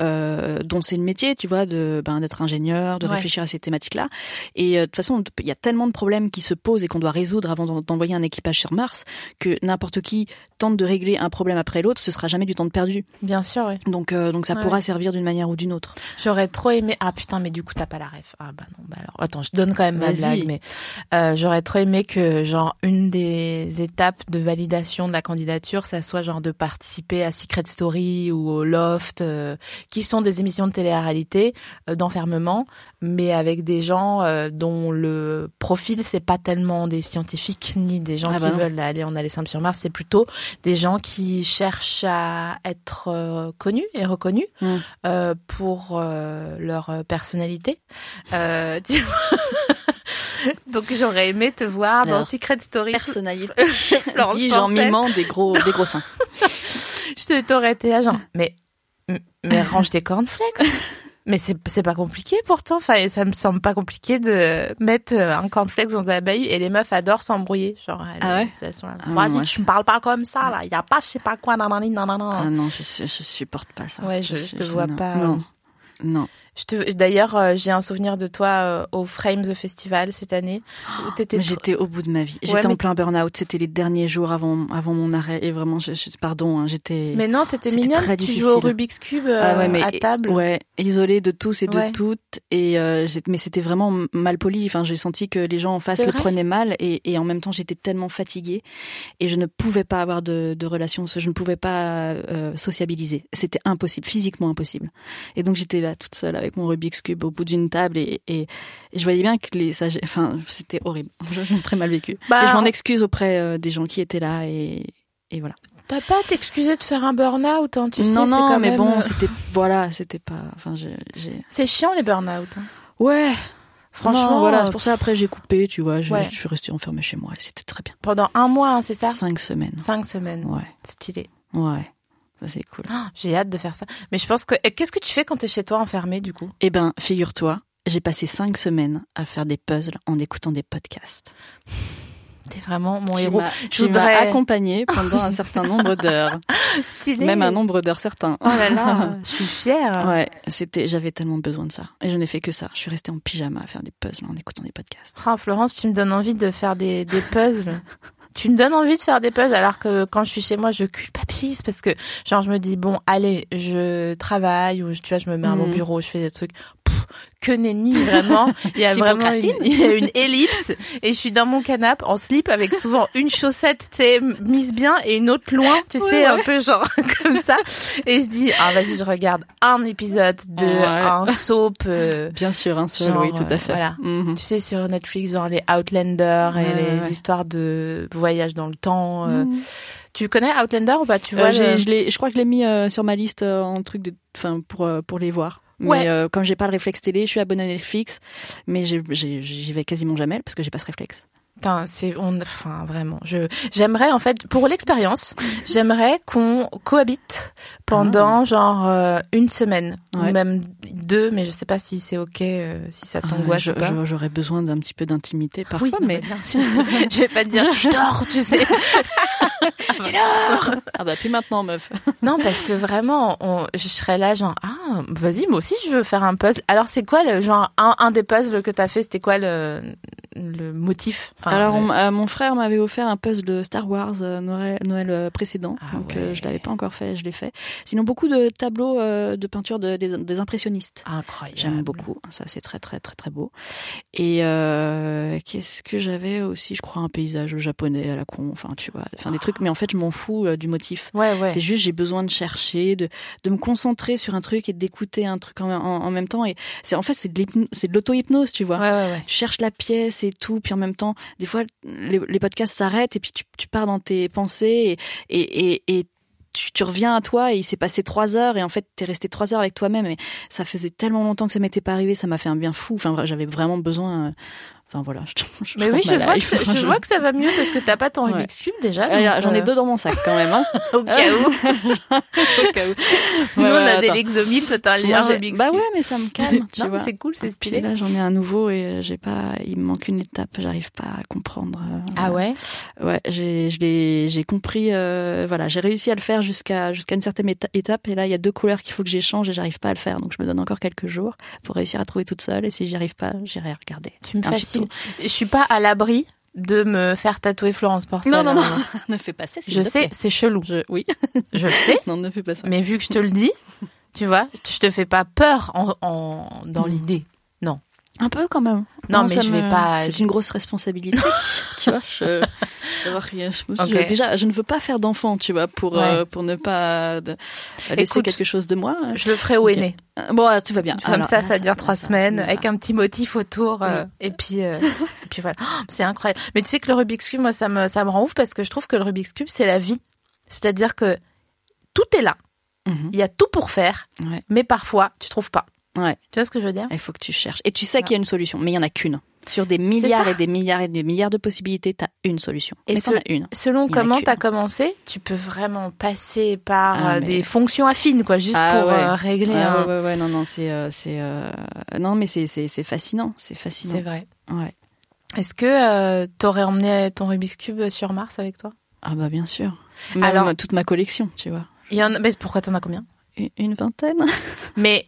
Speaker 3: euh, dont c'est le métier, tu vois, de ben, d'être ingénieur, de
Speaker 1: Ouais.
Speaker 3: réfléchir à ces thématiques-là. Et euh, de toute façon, il y a tellement de problèmes qui se posent et qu'on doit résoudre avant d'en- d'envoyer un équipage sur Mars que n'importe qui tente de régler un problème après l'autre, ce sera jamais du temps de perdu.
Speaker 1: Bien sûr, oui.
Speaker 3: Donc, euh, donc ça
Speaker 1: Ouais.
Speaker 3: pourra servir d'une manière ou d'une autre.
Speaker 1: J'aurais trop aimé. Ah putain, mais du coup t'as pas la ref. Ah bah non, bah alors. Attends, je donne quand même ma
Speaker 3: Vas-y.
Speaker 1: blague, mais euh, j'aurais trop aimé que genre une des étapes de validation de la candidature, ça soit genre de participer à Secret Story ou au Loft, euh, qui sont des émissions de télé-réalité euh, d'enfermement, mais avec des gens euh, dont le profil c'est pas tellement des scientifiques ni des gens
Speaker 3: Ah
Speaker 1: qui
Speaker 3: bah non.
Speaker 1: veulent aller en aller simple sur Mars, c'est plutôt des gens qui cherchent à être euh, connus et reconnus
Speaker 3: Mm.
Speaker 1: euh, pour euh, leur euh, personnalité. Euh, tu vois Donc j'aurais aimé te voir dans
Speaker 3: Alors,
Speaker 1: Secret Story.
Speaker 3: Personnalité.
Speaker 1: Florence
Speaker 3: Dis Jean
Speaker 1: Porcel.
Speaker 3: Mimant des gros, des gros seins.
Speaker 1: Je te- t'aurais été là genre mais mais range tes cornflakes. Mais c'est c'est pas compliqué pourtant. Enfin, ça me semble pas compliqué de mettre euh, un cornflakes dans un bahut et les meufs adorent s'embrouiller. Genre, elles,
Speaker 3: Ah ouais
Speaker 1: elles sont là,
Speaker 3: Ah,
Speaker 1: Vas-y,
Speaker 3: ouais.
Speaker 1: tu me parles pas comme ça là. Il y a pas je sais pas quoi nanani nanana.
Speaker 3: Ah non, je, su- je supporte pas ça.
Speaker 1: Oh. Ouais, je- je te vois
Speaker 3: non.
Speaker 1: pas.
Speaker 3: Non. Non.
Speaker 1: Je te- D'ailleurs, euh, j'ai un souvenir de toi euh, au Frames au festival cette année. où t'étais
Speaker 3: Mais
Speaker 1: trop-
Speaker 3: J'étais au bout de ma vie.
Speaker 1: Ouais,
Speaker 3: J'étais en
Speaker 1: mais-
Speaker 3: plein burn-out. C'était les derniers jours avant, avant mon arrêt. Et vraiment, je, je- pardon, hein, j'étais.
Speaker 1: Mais non, t'étais
Speaker 3: C'était
Speaker 1: mignonne.
Speaker 3: très
Speaker 1: Tu
Speaker 3: difficile.
Speaker 1: jouais au Rubik's Cube euh,
Speaker 3: Ah ouais, mais-
Speaker 1: à table.
Speaker 3: Ouais, isolée de tous et de
Speaker 1: Ouais.
Speaker 3: toutes. Et euh, j'ai- mais c'était vraiment m- mal poli. Enfin, j'ai senti que les gens en face
Speaker 1: C'est
Speaker 3: le
Speaker 1: vrai
Speaker 3: prenaient mal. Et, et en même temps, j'étais tellement fatiguée et je ne pouvais pas avoir de, de relations. Je ne pouvais pas euh, sociabiliser. C'était impossible, physiquement impossible. Et donc j'étais là toute seule avec mon Rubik's cube au bout d'une table et, et, et je voyais bien que les, ça, j'ai- enfin, c'était horrible. Je- J'ai très mal vécu.
Speaker 1: Bah,
Speaker 3: et je m'en
Speaker 1: on-
Speaker 3: excuse auprès euh, des gens qui étaient là et, et voilà.
Speaker 1: T'as pas à t'excuser de faire un burn-out, hein, tu sais.
Speaker 3: non,
Speaker 1: c'est
Speaker 3: non,
Speaker 1: quand
Speaker 3: mais
Speaker 1: même,
Speaker 3: bon,
Speaker 1: euh,
Speaker 3: c'était voilà, c'était pas. Enfin, j'ai- j'ai.
Speaker 1: C'est chiant les burn-out. hein.
Speaker 3: Ouais.
Speaker 1: Franchement,
Speaker 3: Non, voilà,
Speaker 1: euh,
Speaker 3: c'est pour ça après j'ai coupé, tu vois, je,
Speaker 1: Ouais.
Speaker 3: je suis restée enfermée chez moi et c'était très bien.
Speaker 1: pendant un mois, hein, c'est ça
Speaker 3: Cinq semaines.
Speaker 1: Cinq semaines.
Speaker 3: Ouais,
Speaker 1: Stylé.
Speaker 3: ouais, ça c'est cool.
Speaker 1: Oh, j'ai hâte de faire ça. Mais je pense que. et Qu'est-ce que tu fais quand t'es chez toi enfermé du coup
Speaker 3: Eh ben, figure-toi, j'ai passé cinq semaines à faire des puzzles en écoutant des podcasts.
Speaker 1: T'es vraiment mon
Speaker 3: Tu
Speaker 1: héros.
Speaker 3: m'as-
Speaker 1: Je
Speaker 3: Tu
Speaker 1: voudrais-
Speaker 3: m'as accompagnée pendant un certain nombre d'heures,
Speaker 1: Stylé.
Speaker 3: même un nombre d'heures certain.
Speaker 1: Oh là là, je suis fière.
Speaker 3: Ouais, c'était, j'avais tellement besoin de ça et je n'ai fait que ça. Je suis restée en pyjama à faire des puzzles en écoutant des podcasts.
Speaker 1: Ah, Florence, tu me donnes envie de faire des, des puzzles. tu me donnes envie de faire des puzzles alors que quand je suis chez moi, je culpabilise parce que genre je me dis bon, allez, je travaille ou je- tu vois, je me mets à mon
Speaker 3: Mhm.
Speaker 1: bureau, je fais des trucs. Pff, que nenni vraiment. Il y a
Speaker 3: Tu
Speaker 1: vraiment une,
Speaker 3: procrastines
Speaker 1: il y a une ellipse et je suis dans mon canapé en slip avec souvent une chaussette, tu sais, mise bien et une autre loin, tu
Speaker 3: Ouais,
Speaker 1: sais, un peu genre comme ça. Et je dis ah vas-y, je regarde un épisode de
Speaker 3: Ouais.
Speaker 1: un soap. euh,
Speaker 3: Bien sûr, un seul,
Speaker 1: Genre,
Speaker 3: oui, tout
Speaker 1: euh,
Speaker 3: à fait.
Speaker 1: voilà.
Speaker 3: Mhm.
Speaker 1: tu sais, sur Netflix, genre les Outlander et
Speaker 3: Ouais,
Speaker 1: les
Speaker 3: ouais, ouais.
Speaker 1: histoires de voyage dans le temps. euh.
Speaker 3: Mhm.
Speaker 1: Tu connais Outlander ou pas Tu vois,
Speaker 3: Euh, j'ai-
Speaker 1: le-
Speaker 3: je, l'ai- je crois que je l'ai mis euh, sur ma liste euh, en truc de, enfin pour euh, pour les voir. Mais
Speaker 1: Ouais.
Speaker 3: euh, comme j'ai pas le réflexe télé, je suis abonnée à Netflix, mais j'ai- j'ai- j'y vais quasiment jamais parce que j'ai pas ce réflexe.
Speaker 1: Putain, c'est on, enfin vraiment. Je j'aimerais en fait pour l'expérience, j'aimerais qu'on cohabite pendant genre euh, une semaine ou
Speaker 3: Ah. Ouais.
Speaker 1: même deux, mais je sais pas si c'est ok, euh, si ça t'angoisse
Speaker 3: Euh,
Speaker 1: ou pas.
Speaker 3: je- je- J'aurais besoin d'un petit peu d'intimité parfois,
Speaker 1: oui, non, mais
Speaker 3: mais
Speaker 1: bien sûr. je vais pas te dire je dors, tu sais.
Speaker 3: ah bah plus maintenant, meuf.
Speaker 1: Non, parce que vraiment, on, je serais là genre ah vas-y moi aussi je veux faire un puzzle. Alors c'est quoi le genre un, un des puzzles que t'as fait c'était quoi le le motif Enfin,
Speaker 3: Alors
Speaker 1: le-
Speaker 3: on- euh, mon frère m'avait offert un puzzle de Star Wars euh, Noël, Noël, euh, précédent,
Speaker 1: Ah
Speaker 3: donc euh,
Speaker 1: ouais.
Speaker 3: je l'avais pas encore fait, je l'ai fait. Sinon beaucoup de tableaux euh, de peinture de- des- des impressionnistes.
Speaker 1: incroyable.
Speaker 3: J'aime beaucoup. Ça, c'est très, très, très, très beau. Et euh, qu'est-ce que j'avais aussi Je crois un paysage japonais à la con. Enfin, tu vois, enfin des trucs. Mais en fait, je m'en fous euh, du motif.
Speaker 1: Ouais ouais.
Speaker 3: C'est juste, j'ai besoin de chercher, de, de me concentrer sur un truc et d'écouter un truc en, en- en même temps. Et c'est en fait, c'est de l'hypno- c'est de l'auto-hypnose, tu vois.
Speaker 1: Ouais ouais ouais.
Speaker 3: Tu cherches la pièce et tout, puis en même temps, des fois, les, les podcasts s'arrêtent et puis tu, tu pars dans tes pensées et, et, et, et tu, tu reviens à toi et il s'est passé trois heures et en fait, t'es resté trois heures avec toi-même et ça faisait tellement longtemps que ça m'était pas arrivé, ça m'a fait un bien fou. Enfin, vra- j'avais vraiment besoin. euh, Enfin, voilà. Je, je
Speaker 1: Mais oui,
Speaker 3: raconte
Speaker 1: je
Speaker 3: ma
Speaker 1: vois, que
Speaker 3: life. hein.
Speaker 1: ça, je vois que ça va mieux parce que t'as pas ton
Speaker 3: Ouais.
Speaker 1: Rubik's Cube déjà.
Speaker 3: Ah, là,
Speaker 1: donc,
Speaker 3: J'en ai
Speaker 1: euh,
Speaker 3: deux dans mon sac quand même. Hein.
Speaker 1: Au cas où.
Speaker 3: Au cas où.
Speaker 1: Nous,
Speaker 3: Ouais,
Speaker 1: on
Speaker 3: ouais,
Speaker 1: a des
Speaker 3: attends.
Speaker 1: Lexomil, toi t'as un,
Speaker 3: Moi,
Speaker 1: un
Speaker 3: j'ai-
Speaker 1: Rubik's
Speaker 3: Bah
Speaker 1: Cube.
Speaker 3: ouais, mais ça me calme, tu
Speaker 1: non, mais
Speaker 3: vois. Ah,
Speaker 1: c'est cool, c'est
Speaker 3: Puis
Speaker 1: stylé.
Speaker 3: là, j'en ai un nouveau et euh, j'ai pas, il me manque une étape, j'arrive pas à comprendre. euh,
Speaker 1: Ah ouais
Speaker 3: Ouais, j'ai, je l'ai, j'ai compris. euh, voilà, j'ai réussi à le faire jusqu'à jusqu'à une certaine éta- étape. Et là, il y a deux couleurs qu'il faut que j'échange et j'arrive pas à le faire. Donc, je me donne encore quelques jours pour réussir à trouver toute seule. Et si j'y arrive pas, j'irai regarder.
Speaker 1: Tu me
Speaker 3: un
Speaker 1: fascines.
Speaker 3: tuto.
Speaker 1: Je suis pas à l'abri de me faire tatouer Florence Porcel.
Speaker 3: Non, non, non,
Speaker 1: hein.
Speaker 3: ne fais pas ça. s'il
Speaker 1: Je
Speaker 3: te
Speaker 1: sais,
Speaker 3: plaît.
Speaker 1: c'est chelou.
Speaker 3: Je, oui.
Speaker 1: Je le sais.
Speaker 3: non, ne fais pas ça.
Speaker 1: Mais vu que je te le dis, tu vois, je te fais pas peur en, en- dans
Speaker 3: Mm.
Speaker 1: l'idée.
Speaker 3: Un peu quand même.
Speaker 1: Non, mais
Speaker 3: ça
Speaker 1: je
Speaker 3: me-
Speaker 1: vais pas.
Speaker 3: C'est une grosse responsabilité. tu vois, je, d'avoir- je- je-
Speaker 1: Ok.
Speaker 3: déjà, je ne veux pas faire d'enfant, tu vois, pour
Speaker 1: Ouais.
Speaker 3: euh, pour ne pas de- laisser
Speaker 1: Écoute.
Speaker 3: quelque chose de moi.
Speaker 1: Je le ferai au
Speaker 3: Ok.
Speaker 1: aîné.
Speaker 3: Euh, Bon, là, tout va bien.
Speaker 1: Comme
Speaker 3: Alors,
Speaker 1: ça,
Speaker 3: là,
Speaker 1: ça dure trois
Speaker 3: ça- ça
Speaker 1: semaines
Speaker 3: me va.
Speaker 1: avec un petit motif autour. euh,
Speaker 3: Mm.
Speaker 1: Et puis, euh, et puis voilà. Oh, c'est incroyable. Mais tu sais que le Rubik's Cube, moi, ça me, ça me rend ouf parce que je trouve que le Rubik's Cube, c'est la vie. C'est-à-dire que tout est là.
Speaker 3: Mhm.
Speaker 1: Il y a tout pour faire.
Speaker 3: Ouais.
Speaker 1: Mais parfois, tu trouves pas.
Speaker 3: Ouais.
Speaker 1: Tu vois ce que je veux dire? Ah.
Speaker 3: Il faut que tu cherches. Et tu sais qu'il y a une solution, mais il y en a qu'une. Sur des milliards et des milliards et des milliards de possibilités, t'as une solution.
Speaker 1: Et
Speaker 3: mais
Speaker 1: ce-
Speaker 3: t'en as une.
Speaker 1: Selon
Speaker 3: Il y en a
Speaker 1: comment
Speaker 3: qu'une.
Speaker 1: t'as commencé, tu peux vraiment passer par
Speaker 3: Ah,
Speaker 1: euh,
Speaker 3: mais-
Speaker 1: des fonctions affines, quoi, juste
Speaker 3: Ah,
Speaker 1: pour
Speaker 3: ouais.
Speaker 1: euh, régler.
Speaker 3: Ah,
Speaker 1: un-
Speaker 3: ouais, ouais, ouais, non, non, c'est, euh, c'est, euh, non, mais c'est, c'est, c'est fascinant, c'est
Speaker 1: C'est
Speaker 3: fascinant.
Speaker 1: vrai.
Speaker 3: Ouais.
Speaker 1: Est-ce que euh, t'aurais emmené ton Rubik's Cube sur Mars avec toi
Speaker 3: Ah bah bien sûr. Même
Speaker 1: Alors-
Speaker 3: toute ma collection, tu vois,
Speaker 1: Il y en a... Mais pourquoi t'en as combien
Speaker 3: une, une vingtaine.
Speaker 1: Euh. Mais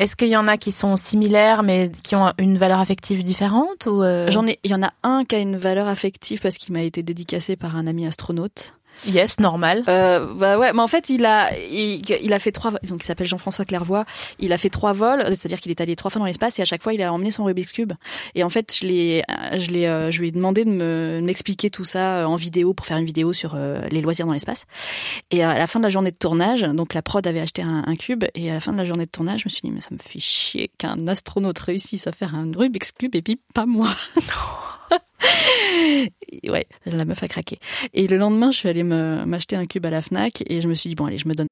Speaker 1: est-ce qu'il y en a qui sont similaires mais qui ont une valeur affective différente ou euh,
Speaker 3: J'en ai, il y en a un qui a une valeur affective parce qu'il m'a été dédicacé par un ami astronaute.
Speaker 1: yes normal
Speaker 3: Euh, bah ouais, mais en fait, il a, il, il a fait trois, vo- donc il s'appelle Jean-François Clairvoy. Il a fait trois vols, c'est-à-dire qu'il est allé trois fois dans l'espace et à chaque fois, il a emmené son Rubik's cube. Et en fait, je l'ai, euh, je l'ai, euh, je lui ai demandé de me, de m'expliquer tout ça euh, en vidéo pour faire une vidéo sur euh, les loisirs dans l'espace. Et à la fin de la journée de tournage, donc la prod avait acheté un, un cube et à la fin de la journée de tournage, je me suis dit mais ça me fait chier qu'un astronaute réussisse à faire un Rubik's cube et puis pas moi. Et ouais, la meuf a craqué. Et le lendemain, je suis allée me- m'acheter un cube à la Fnac et je me suis dit bon allez, je me donne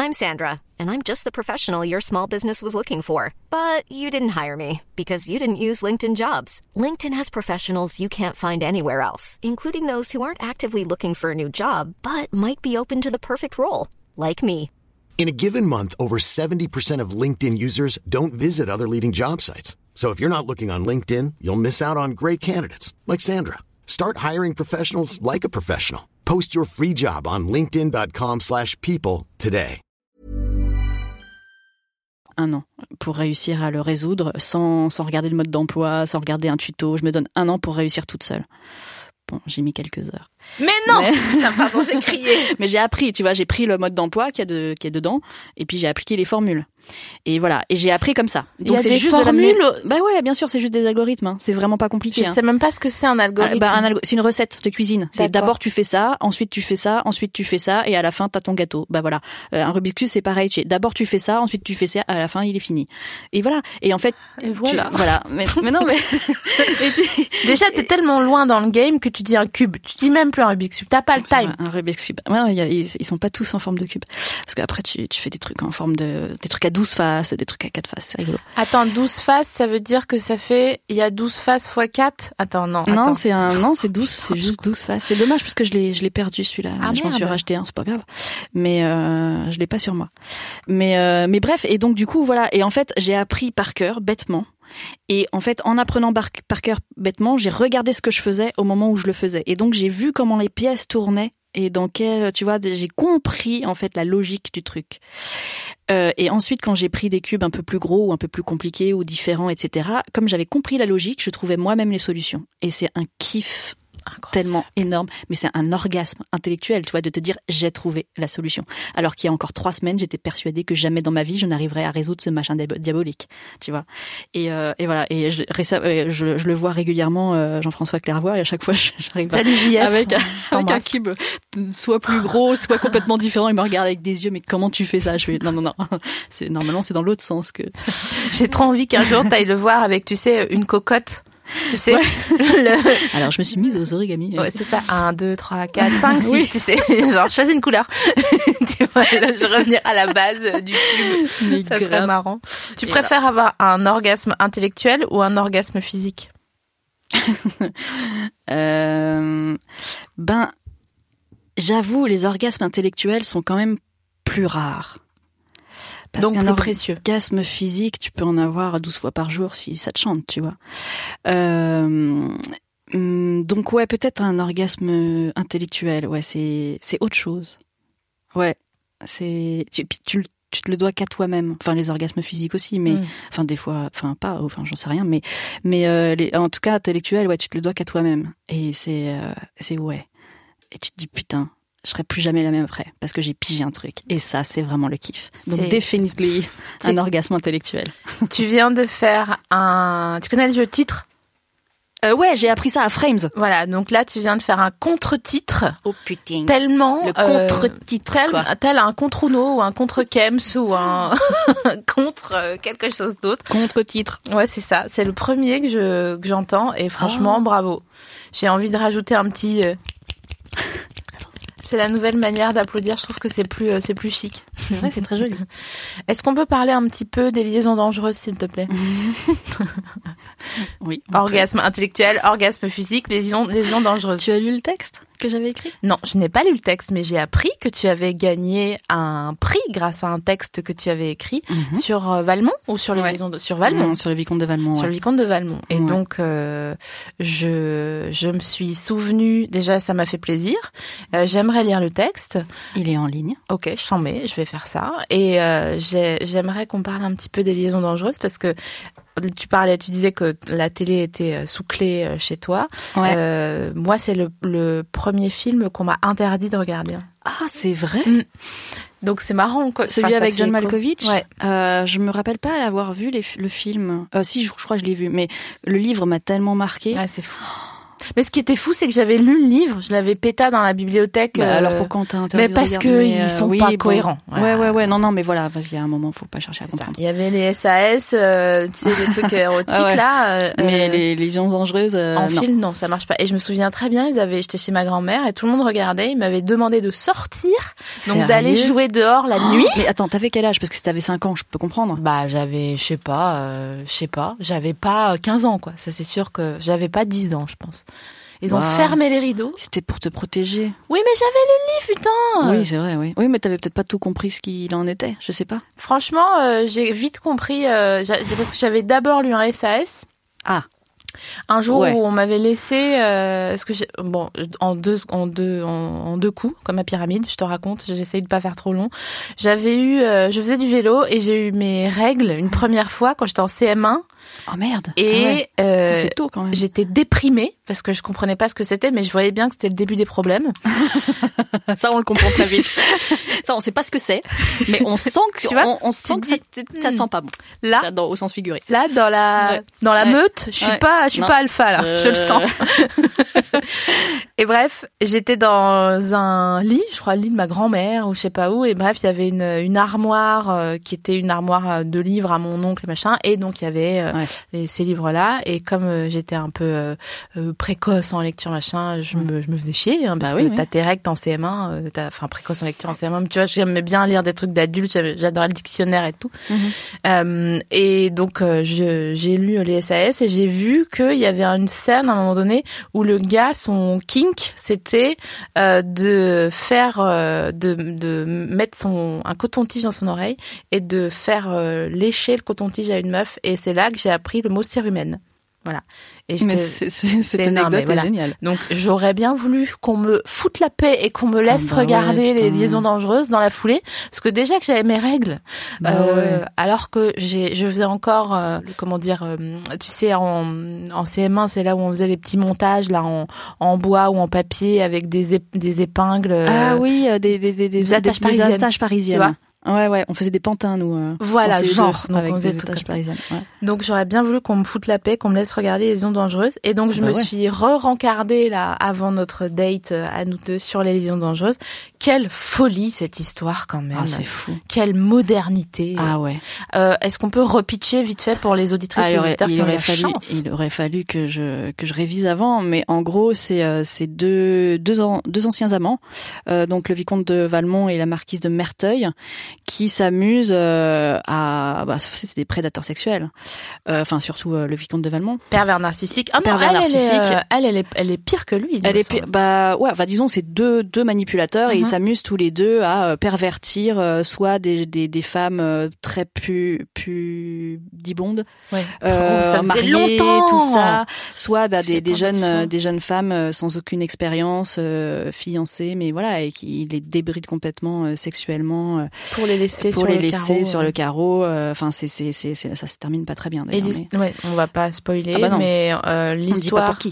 Speaker 4: I'm Sandra, and I'm just the professional your small business was looking for. But you didn't hire me because you didn't use LinkedIn jobs. LinkedIn has professionals you can't find anywhere else, including those who aren't actively looking for a new job but might be open to the perfect role, like me.
Speaker 5: In a given month, over 70% of LinkedIn users don't visit other leading job sites. So if you're not looking on LinkedIn, you'll miss out on great candidates like Sandra. Start hiring professionals like a professional. Post your free job on linkedin.com/people slash people today.
Speaker 3: un an pour réussir à le résoudre sans, sans regarder le mode d'emploi, sans regarder un tuto. Je me donne un an pour réussir toute seule. Bon, j'ai mis quelques heures.
Speaker 1: mais non
Speaker 3: Mais-
Speaker 1: putain pardon j'ai crié
Speaker 3: Mais j'ai appris, tu vois, j'ai pris le mode d'emploi qu'il y, a de, qu'il y a dedans et puis j'ai appliqué les formules. Et voilà, et j'ai appris comme ça.
Speaker 1: Il y a
Speaker 3: c'est
Speaker 1: des
Speaker 3: de l'amener-
Speaker 1: formules
Speaker 3: Bah ouais, bien sûr, c'est juste des algorithmes. hein. C'est vraiment pas
Speaker 1: je
Speaker 3: compliqué. hein.
Speaker 1: sais même pas ce que c'est un
Speaker 3: Ah,
Speaker 1: algorithme
Speaker 3: bah, un algo- c'est une recette de cuisine. C'est
Speaker 1: D'accord.
Speaker 3: d'abord tu fais ça, ensuite tu fais ça, ensuite tu fais ça, et à la fin t'as ton gâteau. Bah voilà, Euh, un Rubik's cube c'est pareil. tu- D'abord tu fais ça, ensuite tu fais ça, à la fin il est fini. Et voilà. Et en fait,
Speaker 1: et
Speaker 3: tu-
Speaker 1: voilà
Speaker 3: voilà. Mais, mais non, mais et tu-
Speaker 1: déjà t'es tellement loin dans le game que tu dis un cube tu dis même plus un Rubik's Cube t'as pas le
Speaker 3: C'est
Speaker 1: time
Speaker 3: Un, un Rubik's cube. Ouais, non, il y a- ils, ils sont pas tous en forme de cube, parce qu'après tu, tu fais des trucs en forme de, des trucs à 12 faces, des trucs à 4 faces. C'est rigolo.
Speaker 1: attends 12 faces ça veut dire que ça fait il y a 12 faces fois 4 attends non
Speaker 3: Non,
Speaker 1: attends.
Speaker 3: c'est un, non, c'est 12, c'est juste 12 faces. C'est dommage parce que je l'ai, je l'ai perdu celui-là.
Speaker 1: Ah,
Speaker 3: je m'en suis
Speaker 1: merde.
Speaker 3: racheté un, c'est pas grave. Mais euh, je l'ai pas sur moi. Mais euh, mais bref, et donc du coup voilà. Et en fait, j'ai appris par cœur, bêtement. Et en fait, en apprenant par, par cœur bêtement, j'ai regardé ce que je faisais au moment où je le faisais. Et donc j'ai vu comment les pièces tournaient et dans quel, tu vois, j'ai compris en fait la logique du truc. Euh, et ensuite, quand j'ai pris des cubes un peu plus gros ou un peu plus compliqués ou différents, etc., comme j'avais compris la logique, je trouvais moi-même les solutions. Et c'est un kiff tellement énorme, mais c'est un orgasme intellectuel, tu vois, de te dire j'ai trouvé la solution. Alors qu'il y a encore trois semaines, j'étais persuadée que jamais dans ma vie je n'arriverais à résoudre ce machin diabo- diabolique, tu vois. Et, euh, et voilà, et je, récem- euh, je, je le vois régulièrement, euh, Jean-François Clairvoy, et à chaque fois je- j'arrive à
Speaker 1: salut JF
Speaker 3: avec, avec un
Speaker 1: t'embrasse.
Speaker 3: cube soit plus gros, soit complètement différent. Il me regarde avec des yeux, mais comment tu fais ça Je fais non, non, non. C'est normalement c'est dans l'autre sens que.
Speaker 1: j'ai trop envie qu'un jour t'ailles le voir avec tu sais une cocotte tu sais le,
Speaker 3: Alors je me suis mise aux origamis.
Speaker 1: Ouais, c'est ça. 1, 2, 3, 4, 5, 6,
Speaker 3: Oui.
Speaker 1: tu sais. Genre, je choisis une couleur. tu vois, là, je vais revenir à la base euh, du cube.
Speaker 3: Mais
Speaker 1: Ça serait
Speaker 3: grave.
Speaker 1: marrant. Tu
Speaker 3: Et
Speaker 1: préfères avoir un orgasme intellectuel ou un orgasme physique
Speaker 3: Euh, ben, j'avoue, les orgasmes intellectuels sont quand même plus rares. Parce
Speaker 1: Donc
Speaker 3: qu'un
Speaker 1: plus
Speaker 3: orga-
Speaker 1: précieux.
Speaker 3: orgasme physique, tu peux en avoir 12 fois par jour si ça te chante, tu vois. Euh, hum, donc ouais, peut-être un orgasme intellectuel, ouais, c'est c'est autre chose. Ouais, c'est tu, puis tu, le- tu te le dois qu'à toi-même. Enfin, les orgasmes physiques aussi, mais
Speaker 1: Mm.
Speaker 3: enfin des fois, enfin pas, enfin j'en sais rien, mais mais euh, les- en tout cas intellectuel, ouais, tu te le dois qu'à toi-même. Et c'est euh, c'est ouais. Et tu te dis putain. Je serai plus jamais la même après parce que j'ai pigé un truc et ça c'est vraiment le kiff.
Speaker 1: C'est-
Speaker 3: Donc définitivement
Speaker 1: C'est-
Speaker 3: un orgasme intellectuel.
Speaker 1: Tu viens de faire un... Tu connais le jeu titre
Speaker 3: Euh, ouais, j'ai appris ça à Frames.
Speaker 1: Voilà, donc là, tu viens de faire un contre-titre
Speaker 3: Oh putain.
Speaker 1: tellement...
Speaker 3: Le
Speaker 1: euh,
Speaker 3: contre-titre.
Speaker 1: tel,
Speaker 3: quoi.
Speaker 1: tel un contre-uno ou un contre-kems ou un contre euh, quelque chose d'autre.
Speaker 3: Contre-titre.
Speaker 1: Ouais, c'est ça. C'est le premier que je que Ah. j'entends et franchement, bravo. J'ai envie de rajouter un petit. euh, C'est la nouvelle manière d'applaudir. Je trouve que c'est plus, euh, c'est plus chic.
Speaker 3: C'est vrai, c'est très joli.
Speaker 1: Est-ce qu'on peut parler un petit peu des liaisons dangereuses, s'il te plaît
Speaker 3: Oui.
Speaker 1: Orgasme intellectuel, orgasme physique, liaisons, liaisons dangereuses.
Speaker 3: Tu as lu le texte que j'avais écrit
Speaker 1: Non, je n'ai pas lu le texte, mais j'ai appris que tu avais gagné un prix grâce à un texte que tu avais écrit sur euh, Valmont ou sur les
Speaker 3: Ouais.
Speaker 1: liaisons de- sur Valmont.
Speaker 3: Non, sur le vicomte de Valmont.
Speaker 1: Mhm. Sur
Speaker 3: ouais.
Speaker 1: le vicomte de Valmont. Et
Speaker 3: Ouais.
Speaker 1: donc, euh, je, je me suis souvenue, déjà, ça m'a fait plaisir. Euh, J'aimerais lire le texte.
Speaker 3: Il est en ligne.
Speaker 1: Ok, je t'en mets, je vais faire ça. Et euh, j'ai- j'aimerais qu'on parle un petit peu des liaisons dangereuses parce que tu parlais, tu disais que la télé était euh, sous clé euh, chez toi.
Speaker 3: Ouais.
Speaker 1: Euh, moi, c'est le, le premier film qu'on m'a interdit de regarder.
Speaker 3: Ah, c'est vrai
Speaker 1: Donc c'est marrant. Quoi.
Speaker 3: Celui
Speaker 1: Enfin, ça
Speaker 3: avec
Speaker 1: fait
Speaker 3: John
Speaker 1: écho.
Speaker 3: Malkovich
Speaker 1: Ouais.
Speaker 3: euh, Je me rappelle pas avoir vu les- le film. Euh, si, je, je crois que je l'ai vu, mais le livre m'a tellement marqué.
Speaker 1: Ouais, c'est fou. Mais ce qui était fou, c'est que j'avais lu le livre, je l'avais péta dans la bibliothèque.
Speaker 3: Bah,
Speaker 1: euh,
Speaker 3: alors pourquoi on t'a interdit
Speaker 1: mais
Speaker 3: de
Speaker 1: parce
Speaker 3: regarder,
Speaker 1: que
Speaker 3: mais,
Speaker 1: ils
Speaker 3: euh,
Speaker 1: sont
Speaker 3: oui,
Speaker 1: pas
Speaker 3: bon.
Speaker 1: cohérents.
Speaker 3: Ouais, ouais, ouais. Non, non, mais voilà, il y a un moment, faut pas chercher à
Speaker 1: C'est ça.
Speaker 3: comprendre.
Speaker 1: Il y avait les SAS, euh, tu sais, les trucs érotiques
Speaker 3: Ah ouais.
Speaker 1: là. euh,
Speaker 3: Mais
Speaker 1: euh,
Speaker 3: les lésions dangereuses, euh,
Speaker 1: En
Speaker 3: non.
Speaker 1: film, non, ça marche pas. Et je me souviens très bien, ils avaient, j'étais chez ma grand-mère et tout le monde regardait. Ils m'avaient demandé de sortir,
Speaker 3: Sérieux
Speaker 1: donc d'aller jouer dehors la nuit.
Speaker 3: Mais attends, t'avais quel âge Parce que si t'avais 5 ans, je peux comprendre.
Speaker 1: Bah, j'avais, je sais pas, euh, je sais pas, j'avais pas euh, 15 ans, quoi. Ça, c'est sûr que j'avais pas 10 ans, je pense. Ils ont
Speaker 3: Waouh.
Speaker 1: fermé les rideaux.
Speaker 3: C'était pour te protéger.
Speaker 1: Oui, mais j'avais lu le livre, putain!
Speaker 3: Oui, c'est vrai, oui. Oui, mais t'avais peut-être pas tout compris ce qu'il en était, je sais pas.
Speaker 1: Franchement, euh, j'ai vite compris, euh, j'a- j'ai- parce que j'avais d'abord lu un SAS.
Speaker 3: Ah.
Speaker 1: Un jour
Speaker 3: Ouais.
Speaker 1: où on m'avait laissé, euh, ce que j'ai- bon, en deux, en deux, en, en deux coups, comme la pyramide, je te raconte, j'essaye de pas faire trop long. J'avais eu, euh, je faisais du vélo et j'ai eu mes règles une première fois quand j'étais en CM1
Speaker 3: Oh merde Ah ouais.
Speaker 1: et
Speaker 3: Putain,
Speaker 1: euh,
Speaker 3: C'est tôt quand même.
Speaker 1: j'étais déprimée parce que je comprenais pas ce que c'était, mais je voyais bien que c'était le début des problèmes.
Speaker 3: Ça, on le comprend très vite. ça, on sait pas ce que c'est, mais on sent que,
Speaker 1: Tu vois,
Speaker 3: on, on sent
Speaker 1: tu
Speaker 3: que
Speaker 1: dis,
Speaker 3: ça, ça
Speaker 1: hmm.
Speaker 3: sent pas bon.
Speaker 1: Là,
Speaker 3: Là, dans- au sens figuré.
Speaker 1: Là, dans la,
Speaker 3: Ouais.
Speaker 1: dans la
Speaker 3: Ouais.
Speaker 1: meute, je suis
Speaker 3: Ouais.
Speaker 1: pas, je suis
Speaker 3: Non. Euh.
Speaker 1: pas alpha là, je le sens. et bref, j'étais dans un lit, je crois le lit de ma grand-mère ou je sais pas où. Et bref, il y avait une, une armoire euh, qui était une armoire euh, de livres à mon oncle et machin. Et donc il y avait euh,
Speaker 3: Ouais.
Speaker 1: les- ces livres là. Et comme euh, j'étais un peu euh, euh, précoce en lecture machin, je me, je me faisais chier hein, parce
Speaker 3: Mm. Bah
Speaker 1: que
Speaker 3: oui, oui.
Speaker 1: t'as tes règles t'es en CM1, euh, t'as- enfin précoce en lecture en CM1. Mais tu vois, j'aimais bien lire des trucs d'adultes, j'avais- j'adorais le dictionnaire et tout.
Speaker 3: Mm-hmm.
Speaker 1: Euh, et donc euh, je- j'ai lu les SAS et j'ai vu qu'il y avait une scène à un moment donné où le gars son kink c'était euh, de faire euh, de, de mettre son un coton-tige dans son oreille et de faire euh, lécher le coton-tige à une meuf et c'est là que j'ai appris le mot cérumen. Voilà. Et
Speaker 3: Mais
Speaker 1: j'étais-
Speaker 3: c'est- c'est- cette
Speaker 1: énorme,
Speaker 3: anecdote
Speaker 1: mais voilà.
Speaker 3: est géniale.
Speaker 1: donc j'aurais bien voulu qu'on me foute la paix et qu'on me laisse
Speaker 3: Ah bah ouais,
Speaker 1: regarder les
Speaker 3: putain.
Speaker 1: liaisons dangereuses dans la foulée, parce que déjà que j'avais mes règles,
Speaker 3: Bah
Speaker 1: euh,
Speaker 3: ouais.
Speaker 1: alors que j'ai, je faisais encore, euh, le- comment dire, euh, tu sais, en, en CM1, c'est là où on faisait les petits montages là en, en bois ou en papier avec des, ép- des épingles. euh,
Speaker 3: Ah oui, euh, des, des, des, des,
Speaker 1: des attaches
Speaker 3: des- des
Speaker 1: parisiennes.
Speaker 3: attaches parisiennes. Ouais, ouais, on faisait des pantins, nous. euh,
Speaker 1: Voilà,
Speaker 3: en CE2,
Speaker 1: genre, donc
Speaker 3: avec
Speaker 1: on faisait
Speaker 3: des
Speaker 1: des trucs
Speaker 3: attaches
Speaker 1: comme ça.
Speaker 3: parisiennes. ouais.
Speaker 1: Donc j'aurais bien voulu qu'on me foute la paix, qu'on me laisse regarder les liaisons dangereuses. Et donc je
Speaker 3: Ah bah
Speaker 1: me
Speaker 3: ouais.
Speaker 1: suis re-rencardée là avant notre date euh, à nous deux sur les liaisons dangereuses. Quelle folie cette histoire quand même.
Speaker 3: Ah, c'est fou.
Speaker 1: Quelle modernité.
Speaker 3: Ah ouais.
Speaker 1: Euh, Est-ce qu'on peut repitcher vite fait pour les auditrices
Speaker 3: Ah,
Speaker 1: et
Speaker 3: il
Speaker 1: les
Speaker 3: aurait,
Speaker 1: auditeurs
Speaker 3: il
Speaker 1: qui ont eu
Speaker 3: aurait
Speaker 1: la
Speaker 3: fallu,
Speaker 1: chance
Speaker 3: il aurait fallu que je que je révise avant, mais en gros, c'est euh, c'est deux deux, an- deux anciens amants, euh, donc le vicomte de Valmont et la marquise de Merteuil, qui s'amusent euh, à bah, c'est c'est des prédateurs sexuels, Euh, enfin surtout euh, le vicomte de Valmont.
Speaker 1: Pervers narcissique. Ah non,
Speaker 3: Pervers
Speaker 1: elle, elle est,
Speaker 3: narcissique.
Speaker 1: euh, elle, elle est, elle est pire que lui. il
Speaker 3: Elle
Speaker 1: me
Speaker 3: est pi-
Speaker 1: semble.
Speaker 3: bah ouais, enfin disons c'est deux deux manipulateurs
Speaker 1: Mhm.
Speaker 3: et ils s'amusent tous les deux à euh, pervertir euh, soit des des, des femmes euh, très pu pudibondes
Speaker 1: Ouais.
Speaker 3: euh,
Speaker 1: Oh, ça faisait
Speaker 3: mariées,
Speaker 1: longtemps
Speaker 3: tout ça, soit bah,
Speaker 1: J'ai
Speaker 3: des, des
Speaker 1: pas
Speaker 3: jeunes
Speaker 1: entendu ça.
Speaker 3: euh, des jeunes femmes euh, sans aucune expérience euh, fiancées mais voilà et qui les débrident complètement euh, sexuellement euh,
Speaker 1: Pour les laisser
Speaker 3: pour
Speaker 1: sur
Speaker 3: les
Speaker 1: le
Speaker 3: laisser
Speaker 1: carreau,
Speaker 3: sur
Speaker 1: euh.
Speaker 3: le carreau euh, enfin c'est c'est c'est c'est- ça se termine pas très bien
Speaker 1: Et
Speaker 3: d'ailleurs
Speaker 1: l'his-
Speaker 3: mais
Speaker 1: ouais, on va pas spoiler,
Speaker 3: Ah bah non.
Speaker 1: mais euh,
Speaker 3: on dit
Speaker 1: l'histoire
Speaker 3: pas pour qui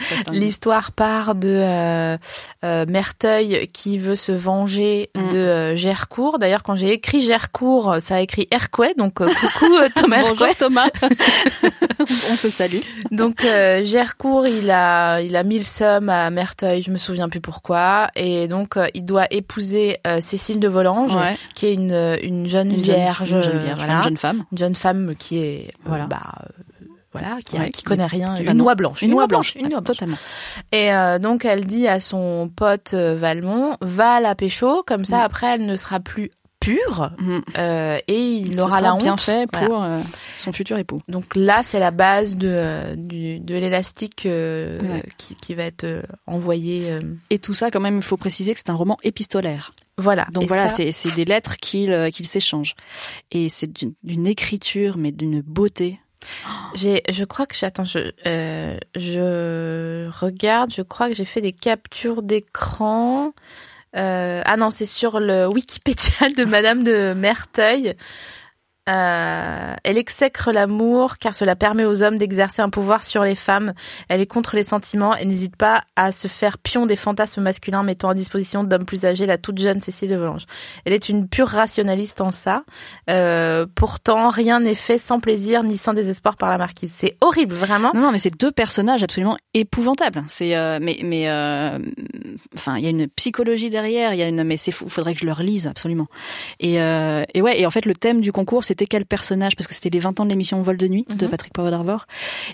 Speaker 3: Ça se termine.
Speaker 1: L'histoire part de euh, euh, Merteuil qui veut se venger
Speaker 3: Mm.
Speaker 1: de euh, Gercourt. D'ailleurs, quand j'ai écrit Gercourt, ça a écrit Hercouet, donc euh, coucou euh, Thomas
Speaker 3: Bonjour
Speaker 1: Hercouet.
Speaker 3: Thomas, on te salue.
Speaker 1: Donc euh, Gercourt, il a il a mis le somme à Merteuil, je me souviens plus pourquoi, et donc euh, il doit épouser euh, Cécile de Volanges,
Speaker 3: Ouais.
Speaker 1: qui est une euh, une jeune
Speaker 3: Une jeune-
Speaker 1: vierge,
Speaker 3: une jeune,
Speaker 1: euh,
Speaker 3: vierge,
Speaker 1: voilà,
Speaker 3: une jeune femme.
Speaker 1: une jeune femme qui est euh,
Speaker 3: Voilà.
Speaker 1: bah, euh, voilà, qui, a-
Speaker 3: Ouais,
Speaker 1: qui
Speaker 3: qui-
Speaker 1: connaît rien,
Speaker 3: qui
Speaker 1: une
Speaker 3: va nous-
Speaker 1: noix blanche,
Speaker 3: Une noix blanche,
Speaker 1: une noix blanche.
Speaker 3: totalement.
Speaker 1: Et euh, donc elle dit à son pote euh, Valmont, va à la pécho, comme ça
Speaker 3: Mm.
Speaker 1: après elle ne sera plus pure
Speaker 3: Mm.
Speaker 1: euh, et il
Speaker 3: Ce
Speaker 1: aura
Speaker 3: sera
Speaker 1: la honte.
Speaker 3: bien fait
Speaker 1: Voilà.
Speaker 3: pour euh, son futur époux.
Speaker 1: Donc là, c'est la base de, euh, du- de l'élastique euh,
Speaker 3: Ouais.
Speaker 1: qui, qui va être euh, envoyé. euh,
Speaker 3: Et tout ça, quand même, il faut préciser que c'est un roman épistolaire.
Speaker 1: voilà.
Speaker 3: Donc
Speaker 1: Et
Speaker 3: voilà,
Speaker 1: ça-
Speaker 3: c'est c'est des lettres qu'il euh, qu'il s'échange. Et c'est d'une- d'une écriture, mais d'une beauté.
Speaker 1: J'ai, je crois que j'attends, je, euh, je regarde, je crois que j'ai fait des captures d'écran. Euh, ah non, c'est sur le Wikipédia de Madame de Merteuil. Euh, elle exècre l'amour car cela permet aux hommes d'exercer un pouvoir sur les femmes. Elle est contre les sentiments et n'hésite pas à se faire pion des fantasmes masculins mettant à disposition d'hommes plus âgés la toute jeune Cécile de Volanges. Elle est une pure rationaliste en ça. Euh, pourtant, rien n'est fait sans plaisir ni sans désespoir par la marquise. C'est horrible, vraiment.
Speaker 3: Non, non, mais c'est deux personnages absolument épouvantables. C'est euh, mais mais euh, enfin, il y a une psychologie derrière. Il y a une mais c'est fou. Faudrait que je le relise absolument. Et euh, et ouais. Et en fait, le thème du concours, c'était quel personnage Parce que c'était les 20 ans de l'émission Vol de nuit de
Speaker 1: Mhm.
Speaker 3: Patrick Poivre d'Arvor.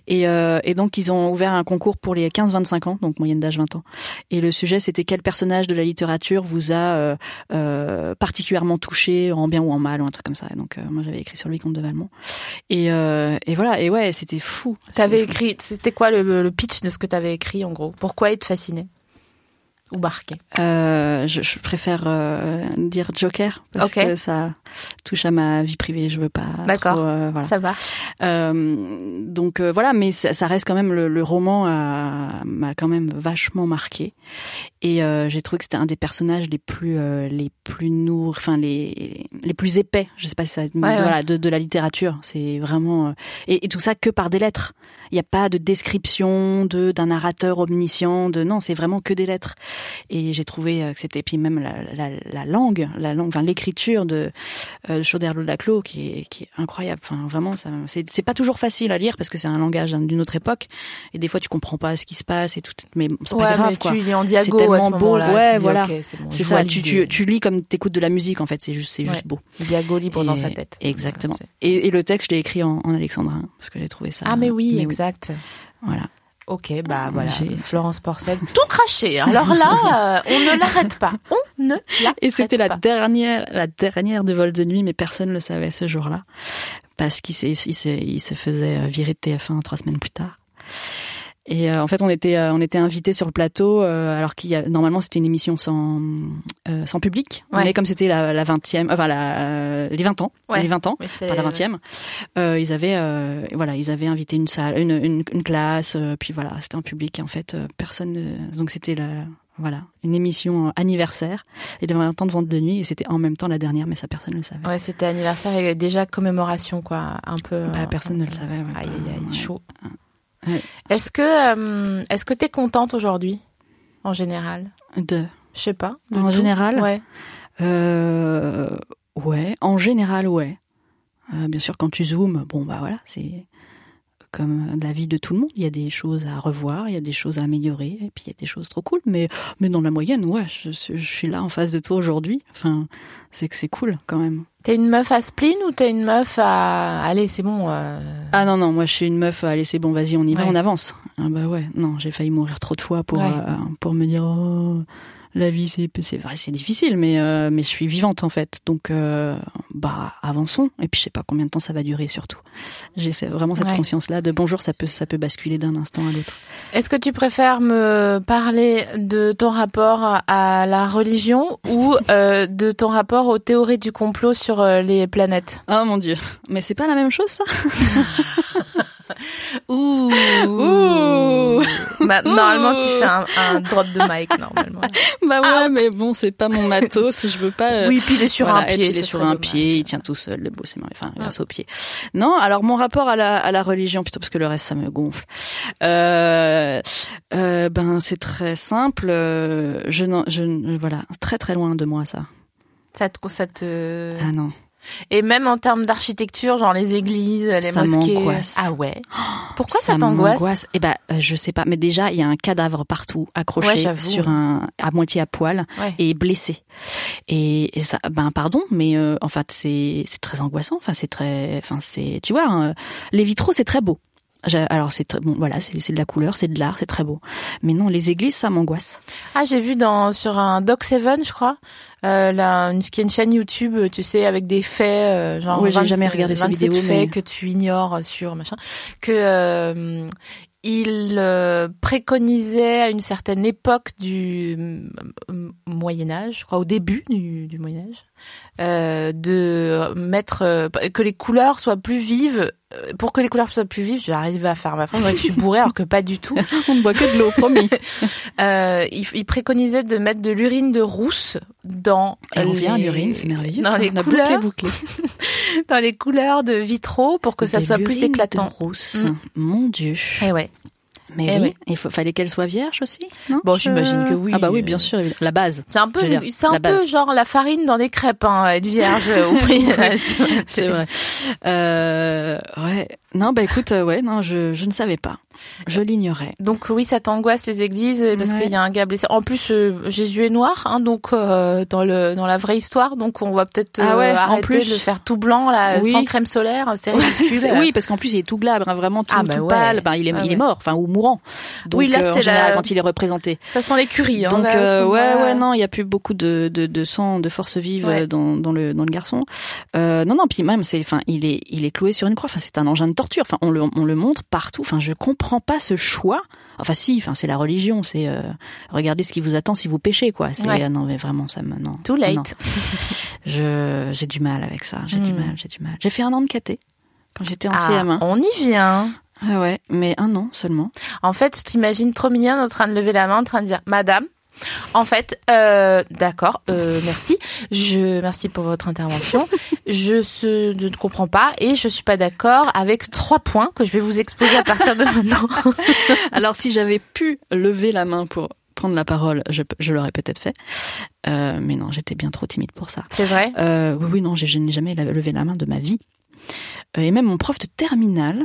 Speaker 3: Et euh, et donc ils ont ouvert un concours pour les 15-25 ans, donc moyenne d'âge 20 ans. Et le sujet, c'était quel personnage de la littérature vous a euh, euh, particulièrement touché, en bien ou en mal, ou un truc comme ça. Et donc euh, moi, j'avais écrit sur le vicomte de Valmont. Et euh, et voilà. Et ouais, c'était fou.
Speaker 1: T'avais
Speaker 3: C'était fou.
Speaker 1: écrit, c'était quoi le, le pitch de ce que t'avais écrit en gros Pourquoi il te fascinait ou marquait
Speaker 3: Euh, je, je préfère euh, dire Joker parce
Speaker 1: Ok.
Speaker 3: que ça touche à ma vie privée. Je veux pas.
Speaker 1: D'accord.
Speaker 3: trop, euh, voilà.
Speaker 1: Ça va.
Speaker 3: Euh, donc euh, voilà, mais ça, ça reste quand même le, le roman a- m'a quand même vachement marqué et euh, j'ai trouvé que c'était un des personnages les plus euh, les plus nourris, enfin les les plus épais. Je sais pas si ça de,
Speaker 1: ouais.
Speaker 3: voilà, de, de la littérature. C'est vraiment euh, et, et tout ça que par des lettres. Il n'y a pas de description de d'un narrateur omniscient. De non, c'est vraiment que des lettres. Et j'ai trouvé euh, que c'était et puis même la, la, la langue, la langue, enfin l'écriture de euh, Chauderlot Laclos qui est, qui est incroyable. Enfin, vraiment, ça, c'est, c'est pas toujours facile à lire parce que c'est un langage d'un- d'une autre époque et des fois tu comprends pas ce qui se passe et tout. Mais bon, c'est pas
Speaker 1: ouais,
Speaker 3: grave
Speaker 1: mais
Speaker 3: quoi.
Speaker 1: tu lis en diago
Speaker 3: C'est
Speaker 1: à ce
Speaker 3: tellement beau.
Speaker 1: moment-là.
Speaker 3: Ouais,
Speaker 1: tu dis,
Speaker 3: voilà.
Speaker 1: ok, c'est bon,
Speaker 3: C'est
Speaker 1: je
Speaker 3: ça,
Speaker 1: vois
Speaker 3: tu,
Speaker 1: l'idée.
Speaker 3: tu, tu lis comme t'écoutes de la musique en fait, c'est juste, c'est juste
Speaker 1: Ouais.
Speaker 3: beau.
Speaker 1: Diago libre dans
Speaker 3: Et-
Speaker 1: sa tête.
Speaker 3: Exactement.
Speaker 1: Voilà, c'est-
Speaker 3: Et, et le texte, je l'ai écrit en, en alexandrin parce que j'ai trouvé ça.
Speaker 1: Ah mais oui,
Speaker 3: mais
Speaker 1: exact.
Speaker 3: Voilà.
Speaker 1: Ok, bah
Speaker 3: Ah,
Speaker 1: voilà.
Speaker 3: j'ai-
Speaker 1: Florence Porcel, tout craché. Alors là, euh, on ne l'arrête pas. On ne l'arrête
Speaker 3: Et c'était la
Speaker 1: pas.
Speaker 3: dernière, la dernière de vol de nuit, mais personne le savait ce jour-là parce qu'il s'est- il s'est- il se faisait euh, virer de TF1 trois semaines plus tard. Et euh, en fait, on était, euh, on était invités sur le plateau, euh, alors qu'il y a, normalement c'était une émission sans, euh, sans public.
Speaker 1: Ouais.
Speaker 3: Mais comme c'était la, la 20e, enfin la, euh, les 20 ans,
Speaker 1: Ouais.
Speaker 3: les 20 ans,
Speaker 1: Mais c'est-
Speaker 3: pas la 20e, euh, ils avaient, euh, voilà, ils avaient invité une salle, une, une, une classe, euh, puis voilà, c'était un public et en fait euh, personne, ne- donc c'était la, voilà, une émission euh, anniversaire et les 20 ans de vente de nuit et c'était en même temps la dernière, mais ça personne ne le savait.
Speaker 1: Ouais, c'était anniversaire et déjà commémoration, quoi. Un peu.
Speaker 3: Bah,
Speaker 1: euh,
Speaker 3: personne ne le savait, ouais.
Speaker 1: Aïe, aïe, aïe,
Speaker 3: Ouais.
Speaker 1: chaud.
Speaker 3: Ouais.
Speaker 1: Est-ce que, euh, est-ce que t'es contente aujourd'hui, en général
Speaker 3: De,
Speaker 1: Je sais pas. de
Speaker 3: en
Speaker 1: tout.
Speaker 3: général,
Speaker 1: Ouais.
Speaker 3: Euh, ouais, en général, ouais. Euh, bien sûr, quand tu zoomes, bon, bah voilà, c'est comme la vie de tout le monde. Il y a des choses à revoir, il y a des choses à améliorer, et puis il y a des choses trop cool. Mais, mais dans la moyenne, ouais, je, je suis là en face de toi aujourd'hui. Enfin, c'est que c'est cool quand même.
Speaker 1: T'es une meuf à spleen ou t'es une meuf à. Allez, c'est bon. euh,
Speaker 3: Ah non, non, moi je suis une meuf, allez, c'est bon, vas-y, on y va,
Speaker 1: Ouais.
Speaker 3: on avance. Ah bah ouais, non, j'ai failli mourir trop de fois pour,
Speaker 1: Ouais.
Speaker 3: euh, pour me dire, oh, la vie, c'est c'est vrai, c'est difficile, mais, euh, mais je suis vivante en fait. Donc, euh, bah, avançons. Et puis, je sais pas combien de temps ça va durer surtout. J'ai ce- vraiment cette
Speaker 1: Ouais.
Speaker 3: conscience-là de bonjour, ça peut, ça peut basculer d'un instant à l'autre.
Speaker 1: Est-ce que tu préfères me parler de ton rapport à la religion ou euh, de ton rapport aux théories du complot sur euh, les planètes
Speaker 3: Oh mon dieu, mais c'est pas la même chose ça
Speaker 1: Ouh.
Speaker 3: Ouh.
Speaker 1: Ma-
Speaker 3: Bah,
Speaker 1: Normalement, tu
Speaker 3: Ouh.
Speaker 1: fais un, un drop de mic normalement.
Speaker 3: Bah ouais, mais bon, c'est pas mon matos, je veux pas. euh,
Speaker 1: Oui, puis il est sur
Speaker 3: Voilà,
Speaker 1: un
Speaker 3: et
Speaker 1: pied.
Speaker 3: puis il
Speaker 1: ce
Speaker 3: est sur
Speaker 1: serait
Speaker 3: un
Speaker 1: dommage. Ah.
Speaker 3: pied, il tient tout seul, le beau, c'est marrant. Enfin, grâce au pied. Non, alors mon rapport à la, à la religion, plutôt parce que le reste, ça me gonfle. Euh, euh, ben, c'est très simple. euh, Je, n'en- je, n- voilà, très très loin de moi, ça.
Speaker 1: Ça te, ça te...
Speaker 3: Ah non.
Speaker 1: Et même en termes d'architecture, genre les églises, les
Speaker 3: Ça
Speaker 1: mosquées.
Speaker 3: m'angoisse.
Speaker 1: Ah ouais. Pourquoi ça, t'angoisse
Speaker 3: Eh ben, euh, je sais pas. Mais déjà, il y a un cadavre partout,
Speaker 1: Ouais,
Speaker 3: accroché
Speaker 1: j'avoue.
Speaker 3: sur un, à moitié à poil.
Speaker 1: Ouais.
Speaker 3: et blessé. Et, et ça, ben pardon, mais euh, en fait c'est c'est très angoissant. Enfin c'est très, enfin c'est, tu vois, hein, les vitraux c'est très beau. J'ai- Alors c'est très- bon, voilà, c'est c'est de la couleur, c'est de l'art, c'est très beau. Mais non, les églises, ça m'angoisse.
Speaker 1: Ah, j'ai vu dans sur un Doc Seven, je crois, euh, là, une- qui est une chaîne YouTube, tu sais, avec des faits, euh, genre
Speaker 3: Ouais, j'ai
Speaker 1: 27
Speaker 3: jamais regardé ces
Speaker 1: 27
Speaker 3: vidéos,
Speaker 1: faits
Speaker 3: mais-
Speaker 1: que tu ignores euh, sur machin, que euh, il euh, préconisait à une certaine époque du euh, Moyen Âge, je crois, au début du, du Moyen Âge, euh, de mettre euh, que les couleurs soient plus vives. euh, Pour que les couleurs soient plus vives, j'arrive à faire ma phrase. on dirait que Je suis bourrée alors que pas du tout.
Speaker 3: On ne boit que de l'eau, promis.
Speaker 1: Euh, il, il préconisait de mettre de l'urine de rousse dans
Speaker 3: Et
Speaker 1: les-
Speaker 3: on vient à l'urine, c'est merveilleux.
Speaker 1: Dans
Speaker 3: ça,
Speaker 1: les
Speaker 3: on a bouclé,
Speaker 1: couleurs,
Speaker 3: bouclé.
Speaker 1: dans les couleurs de vitraux pour que ça
Speaker 3: De
Speaker 1: soit plus
Speaker 3: l'urine
Speaker 1: éclatant.
Speaker 3: de rousse.
Speaker 1: Mm.
Speaker 3: Mon Dieu.
Speaker 1: Eh ouais.
Speaker 3: Mais
Speaker 1: eh
Speaker 3: oui,
Speaker 1: ouais.
Speaker 3: il faut- fallait qu'elle soit vierge aussi. non
Speaker 1: Bon, j'imagine que oui.
Speaker 3: Ah bah oui, bien sûr, évidemment. la base.
Speaker 1: C'est un peu,
Speaker 3: Je veux dire,
Speaker 1: c'est un
Speaker 3: la base.
Speaker 1: peu genre la farine dans les crêpes, hein, être vierge au Moyen Âge.
Speaker 3: C'est vrai. Euh, ouais. Non, bah écoute, euh, ouais, non, je, je ne savais pas.
Speaker 1: Euh,
Speaker 3: Je l'ignorais.
Speaker 1: Donc oui, ça t'angoisse les églises euh, parce
Speaker 3: Ouais.
Speaker 1: qu'il y a un gars blessé. En plus, euh, Jésus est noir, hein, donc euh, dans le dans la vraie histoire, donc on va peut-être
Speaker 3: Ah ouais,
Speaker 1: euh,
Speaker 3: en
Speaker 1: arrêter
Speaker 3: plus.
Speaker 1: de le faire tout blanc là,
Speaker 3: Oui.
Speaker 1: sans crème solaire, c'est ridicule.
Speaker 3: C'est- Oui, parce qu'en plus il est tout glabre, hein, vraiment tout,
Speaker 1: Ah bah
Speaker 3: tout
Speaker 1: ouais.
Speaker 3: pâle. Ben, il est,
Speaker 1: Ouais,
Speaker 3: il
Speaker 1: ouais.
Speaker 3: est mort, enfin ou mourant. Donc,
Speaker 1: Oui, là,
Speaker 3: euh, en
Speaker 1: c'est
Speaker 3: général,
Speaker 1: la-
Speaker 3: quand il est représenté.
Speaker 1: Ça sent l'écurie. Hein,
Speaker 3: Donc
Speaker 1: là, à ce
Speaker 3: euh, ouais,
Speaker 1: moment-là.
Speaker 3: ouais, non, il y a plus beaucoup de, de, de sang, de force vive
Speaker 1: Ouais.
Speaker 3: euh, dans, dans le dans le garçon. Euh, non, non, puis même c'est, enfin, il est il est cloué sur une croix. Enfin, c'est un engin de torture. Enfin, on le on le montre partout. Enfin, je comprends pas ce choix. Enfin, si, enfin, c'est la religion. C'est euh, regardez ce qui vous attend si vous péchez, quoi. C'est
Speaker 1: Ouais.
Speaker 3: euh, non, mais vraiment ça me non.
Speaker 1: Too late.
Speaker 3: Non. Je j'ai du mal avec ça. J'ai du
Speaker 1: Hmm.
Speaker 3: mal, j'ai du mal. J'ai fait un an de caté quand j'étais en
Speaker 1: Ah,
Speaker 3: CM1.
Speaker 1: On y vient.
Speaker 3: Ah ouais, mais un an seulement.
Speaker 1: En fait, je t'imagine trop mignonne en train de lever la main, en train de dire Madame. En fait, euh, d'accord, euh, merci. Je merci pour votre intervention. Je, se- je ne comprends pas et je suis pas d'accord avec trois points que je vais vous exposer à partir de maintenant.
Speaker 3: Alors si j'avais pu lever la main pour prendre la parole, je, je l'aurais peut-être fait. Euh, mais non, j'étais bien trop timide pour ça.
Speaker 1: C'est vrai.
Speaker 3: Euh, oui, oui, non, je, je n'ai jamais la- levé la main de ma vie. Euh, et même mon prof de terminale,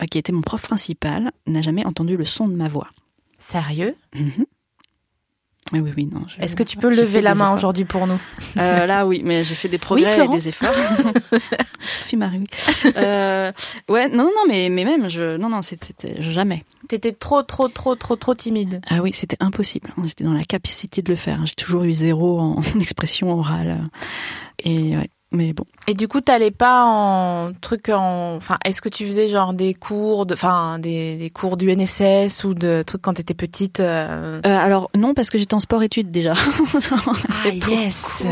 Speaker 3: euh, qui était mon prof principal, n'a jamais entendu le son de ma voix.
Speaker 1: Sérieux
Speaker 3: Mhm. Ah Oui, oui, non. je-
Speaker 1: Est-ce que tu peux
Speaker 3: j'ai
Speaker 1: lever
Speaker 3: fait
Speaker 1: la
Speaker 3: des
Speaker 1: main
Speaker 3: efforts.
Speaker 1: aujourd'hui pour nous
Speaker 3: Euh, là, oui, mais j'ai fait des progrès et
Speaker 1: Florence
Speaker 3: des efforts. Sophie Marie. oui. Euh, ouais, non, non, mais, mais même, je, non, non, c'était c'était- jamais.
Speaker 1: T'étais trop, trop, trop, trop, trop timide.
Speaker 3: Ah oui, c'était impossible. J'étais dans la capacité de le faire. hein. J'ai toujours eu zéro en expression orale. euh. Et ouais, mais bon.
Speaker 1: Et du coup, t'allais pas en truc en, enfin, est-ce que tu faisais genre des cours de, enfin, des, des cours du NSS ou de trucs quand t'étais petite euh,
Speaker 3: Euh, alors non, parce que j'étais en sport-études déjà.
Speaker 1: Ah yes.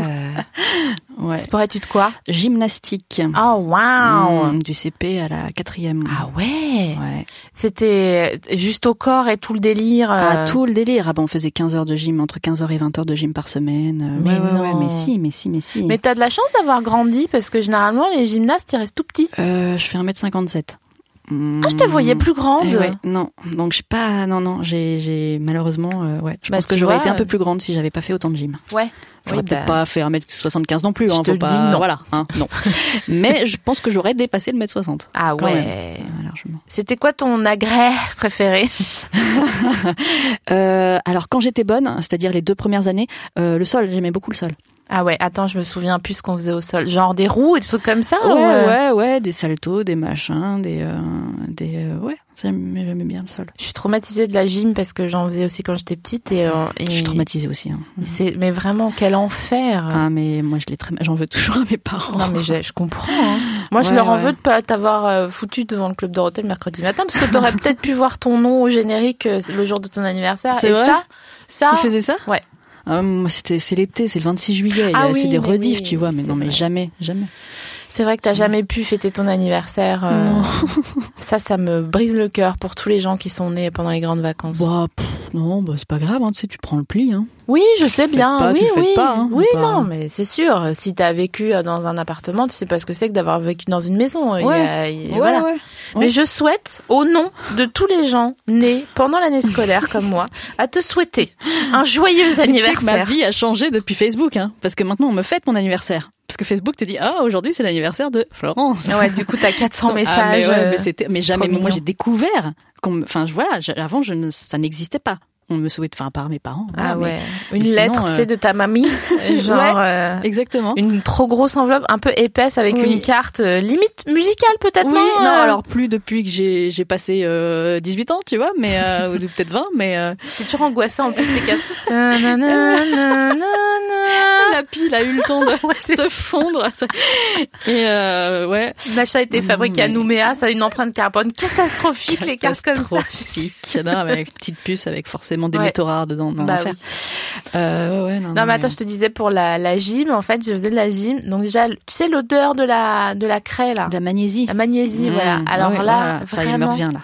Speaker 3: ouais.
Speaker 1: Sport études quoi
Speaker 3: Gymnastique.
Speaker 1: Oh wow.
Speaker 3: Mm, du CP à la quatrième.
Speaker 1: Ah ouais.
Speaker 3: Ouais.
Speaker 1: C'était juste au corps et tout le délire.
Speaker 3: Ah,
Speaker 1: euh,
Speaker 3: tout le délire. Ah bon, on faisait 15 heures de gym, entre 15 heures et 20 heures de gym par semaine. Euh,
Speaker 1: Mais
Speaker 3: ouais, ouais, ouais,
Speaker 1: non.
Speaker 3: mais si, mais si, mais si.
Speaker 1: Mais t'as de la chance d'avoir grandi parce que généralement les gymnastes ils restent tout petits.
Speaker 3: Euh, je fais 1m57.
Speaker 1: Ah, je te voyais plus grande.
Speaker 3: Mm. Eh ouais, non, donc je sais pas, non, non, j'ai, j'ai malheureusement, euh, ouais, je
Speaker 1: Bah,
Speaker 3: pense que
Speaker 1: tu
Speaker 3: j'aurais
Speaker 1: vois,
Speaker 3: été un
Speaker 1: euh,
Speaker 3: peu plus grande si j'avais pas fait autant de gym.
Speaker 1: Ouais.
Speaker 3: J'aurais
Speaker 1: Oui,
Speaker 3: peut-être
Speaker 1: bah,
Speaker 3: pas fait 1m75 non plus, hein,
Speaker 1: Je te
Speaker 3: faut
Speaker 1: le
Speaker 3: pas,
Speaker 1: dis, non.
Speaker 3: voilà, hein, non. Mais je pense que j'aurais dépassé le 1m60.
Speaker 1: Ah
Speaker 3: Quand
Speaker 1: ouais.
Speaker 3: euh, largement.
Speaker 1: C'était quoi ton agrès préféré
Speaker 3: Euh, alors quand j'étais bonne, c'est-à-dire les deux premières années, euh, le sol, j'aimais beaucoup le sol.
Speaker 1: Ah ouais, attends, je me souviens plus ce qu'on faisait au sol. Genre des roues et des trucs comme ça
Speaker 3: ouais,
Speaker 1: ou,
Speaker 3: ouais,
Speaker 1: euh,
Speaker 3: ouais, des saltos, des machins, des, euh, des, euh, ouais, j'aimais, j'aimais bien le sol.
Speaker 1: Je suis traumatisée de la gym parce que j'en faisais aussi quand j'étais petite et, euh, et-
Speaker 3: Je suis traumatisée aussi. Hein.
Speaker 1: c'est- mais vraiment quel enfer.
Speaker 3: Ah mais moi je l'ai très, j'en veux toujours à mes parents.
Speaker 1: Non mais je, je comprends. hein. Moi je
Speaker 3: Ouais,
Speaker 1: leur en
Speaker 3: ouais.
Speaker 1: veux de pas t'avoir euh, foutu devant le club Dorothée le mercredi matin parce que t'aurais peut-être pu voir ton nom au générique euh, le jour de ton anniversaire.
Speaker 3: C'est
Speaker 1: et
Speaker 3: vrai
Speaker 1: ça, ça.
Speaker 3: Ils faisaient ça
Speaker 1: Ouais.
Speaker 3: Ah, moi, c'était c'est l'été, c'est le 26 juillet.
Speaker 1: Ah
Speaker 3: il y a-
Speaker 1: oui,
Speaker 3: c'est des
Speaker 1: mais
Speaker 3: rediffs,
Speaker 1: oui,
Speaker 3: tu vois. Mais
Speaker 1: c'est
Speaker 3: non, mais
Speaker 1: vrai.
Speaker 3: jamais, jamais.
Speaker 1: C'est vrai que t'as jamais pu fêter ton anniversaire. euh, ça, ça me brise le cœur pour tous les gens qui sont nés pendant les grandes vacances.
Speaker 3: Bah, pff, non, bah, c'est pas grave. Hein, tu sais, tu prends le pli. Hein.
Speaker 1: Oui, je sais
Speaker 3: Faites
Speaker 1: bien.
Speaker 3: pas,
Speaker 1: oui,
Speaker 3: tu faites
Speaker 1: oui,
Speaker 3: pas, hein,
Speaker 1: oui,
Speaker 3: pas-
Speaker 1: non, mais c'est sûr. Si t'as vécu euh, dans un appartement, tu sais pas ce que c'est que d'avoir vécu dans une maison. Il y a- il- voilà. Mais
Speaker 3: Ouais.
Speaker 1: je souhaite, au nom de tous les gens nés pendant l'année scolaire comme moi, à te souhaiter un joyeux
Speaker 3: Mais tu sais que ma
Speaker 1: anniversaire.
Speaker 3: vie a changé depuis Facebook, hein, parce que maintenant on me fête mon anniversaire. Parce que Facebook te dit ah aujourd'hui c'est l'anniversaire de Florence.
Speaker 1: Ah Ouais, du coup, t'as 400 messages.
Speaker 3: Ah, mais, ouais,
Speaker 1: euh,
Speaker 3: mais c'était mais
Speaker 1: c'est
Speaker 3: jamais.
Speaker 1: trop
Speaker 3: Mais moi
Speaker 1: mignon.
Speaker 3: j'ai découvert. qu'on me- Enfin je- voilà, je- avant je ne, ça n'existait pas. on me souhaite, enfin, par mes parents.
Speaker 1: Ah
Speaker 3: voilà, mais-
Speaker 1: ouais. Une
Speaker 3: mais sinon,
Speaker 1: lettre, tu
Speaker 3: euh,
Speaker 1: sais, de ta mamie. genre. euh,
Speaker 3: Exactement.
Speaker 1: Une trop grosse enveloppe, un peu épaisse, avec
Speaker 3: Oui.
Speaker 1: une carte euh, limite musicale peut-être.
Speaker 3: Oui,
Speaker 1: non,
Speaker 3: non,
Speaker 1: euh,
Speaker 3: alors plus depuis que j'ai j'ai passé euh, 18 ans, tu vois, mais euh, ou peut-être 20, mais euh,
Speaker 1: C'est toujours angoissant en plus les cartes. Ta-na-na-na-na-na.
Speaker 3: la pile a eu le temps de
Speaker 1: c'est
Speaker 3: se fondre. Et euh, ouais,
Speaker 1: Machin a été fabriqué à
Speaker 3: Mais-
Speaker 1: Nouméa, ça a une empreinte carbone catastrophique, les cartes comme ça.
Speaker 3: catastrophique. Non, mais avec une petite puce avec forcément des
Speaker 1: Ouais.
Speaker 3: métaux rares dedans. Non,
Speaker 1: Bah
Speaker 3: l'enfer.
Speaker 1: oui.
Speaker 3: Euh, ouais, non,
Speaker 1: Non mais attends, je te disais pour la, la gym, en fait, je faisais de la gym. Donc déjà, tu sais l'odeur de la de la craie là,
Speaker 3: de la magnésie.
Speaker 1: la magnésie,
Speaker 3: Mmh,
Speaker 1: voilà. Alors
Speaker 3: ouais,
Speaker 1: là,
Speaker 3: voilà, ça il me
Speaker 1: vraiment, Ah.
Speaker 3: revient là.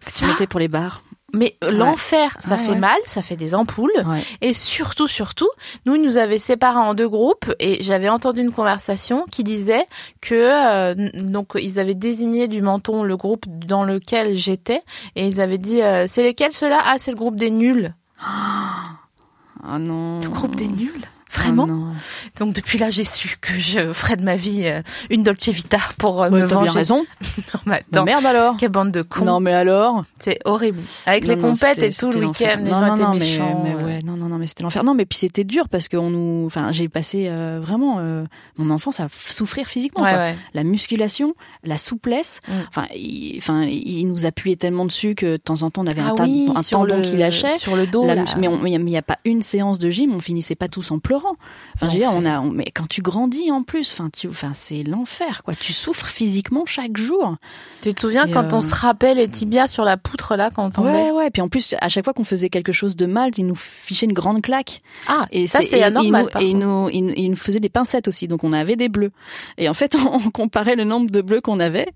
Speaker 1: ça,
Speaker 3: Ça C'était pour les bars.
Speaker 1: mais l'enfer, ça
Speaker 3: Ouais,
Speaker 1: fait
Speaker 3: ouais.
Speaker 1: mal, ça fait des ampoules.
Speaker 3: Ouais.
Speaker 1: Et surtout, surtout, nous, ils nous avaient séparés en deux groupes et j'avais entendu une conversation qui disait que euh, n- donc ils avaient désigné du menton le groupe dans lequel j'étais et ils avaient dit euh, c'est lesquels ceux-là Ah, c'est le groupe des nuls.
Speaker 3: Ah non.
Speaker 1: Le groupe des nuls
Speaker 3: Ah
Speaker 1: Vraiment
Speaker 3: non.
Speaker 1: Donc depuis là, j'ai su que je ferais de ma vie euh, une Dolce Vita pour euh,
Speaker 3: Ouais,
Speaker 1: me
Speaker 3: T'as
Speaker 1: venger.
Speaker 3: bien raison.
Speaker 1: Non, mais
Speaker 3: Bah,
Speaker 1: attends,
Speaker 3: merde alors.
Speaker 1: quelle bande de cons.
Speaker 3: Non mais alors.
Speaker 1: C'est horrible. Avec les
Speaker 3: Non, non,
Speaker 1: compètes
Speaker 3: c'était-
Speaker 1: et tout
Speaker 3: c'était
Speaker 1: le
Speaker 3: l'enfer.
Speaker 1: week-end, les
Speaker 3: Non,
Speaker 1: gens
Speaker 3: non,
Speaker 1: étaient
Speaker 3: non, mais-
Speaker 1: méchants. euh.
Speaker 3: Mais, ouais, non, non, non, mais c'était l'enfer. Non, mais puis c'était dur parce que on nous, enfin, j'ai passé euh, vraiment euh, mon enfance à f- souffrir physiquement.
Speaker 1: Ouais,
Speaker 3: quoi.
Speaker 1: ouais.
Speaker 3: La musculation, la souplesse.
Speaker 1: Mm.
Speaker 3: Enfin, il, enfin, il nous appuyait tellement dessus que de temps en temps on avait un, ta- un
Speaker 1: Ah sur
Speaker 3: tendon
Speaker 1: le-
Speaker 3: qui lâchait.
Speaker 1: Sur le dos.
Speaker 3: La
Speaker 1: là.
Speaker 3: mus- mais on- mais il n'y a pas une séance de gym, on finissait pas tous en pleurant. Enfin, je veux dire, on a, on- mais quand tu grandis en plus, enfin, tu, enfin, c'est l'enfer, quoi. Tu souffres physiquement chaque jour.
Speaker 1: Tu te souviens
Speaker 3: C'est,
Speaker 1: quand
Speaker 3: euh,
Speaker 1: on se rappelle les tibias sur la poutre là quand on
Speaker 3: Ouais, ouais. Puis en plus, à chaque fois qu'on faisait quelque chose de mal, ils nous fichaient une grande claque.
Speaker 1: Ah,
Speaker 3: Et
Speaker 1: ça
Speaker 3: et-
Speaker 1: c'est
Speaker 3: et
Speaker 1: anormal.
Speaker 3: nous-
Speaker 1: par
Speaker 3: Et ils
Speaker 1: contre.
Speaker 3: nous, ils nous- ils nous faisaient des pincettes aussi, donc on avait des bleus. Et en fait, on, on comparait le nombre de bleus qu'on avait.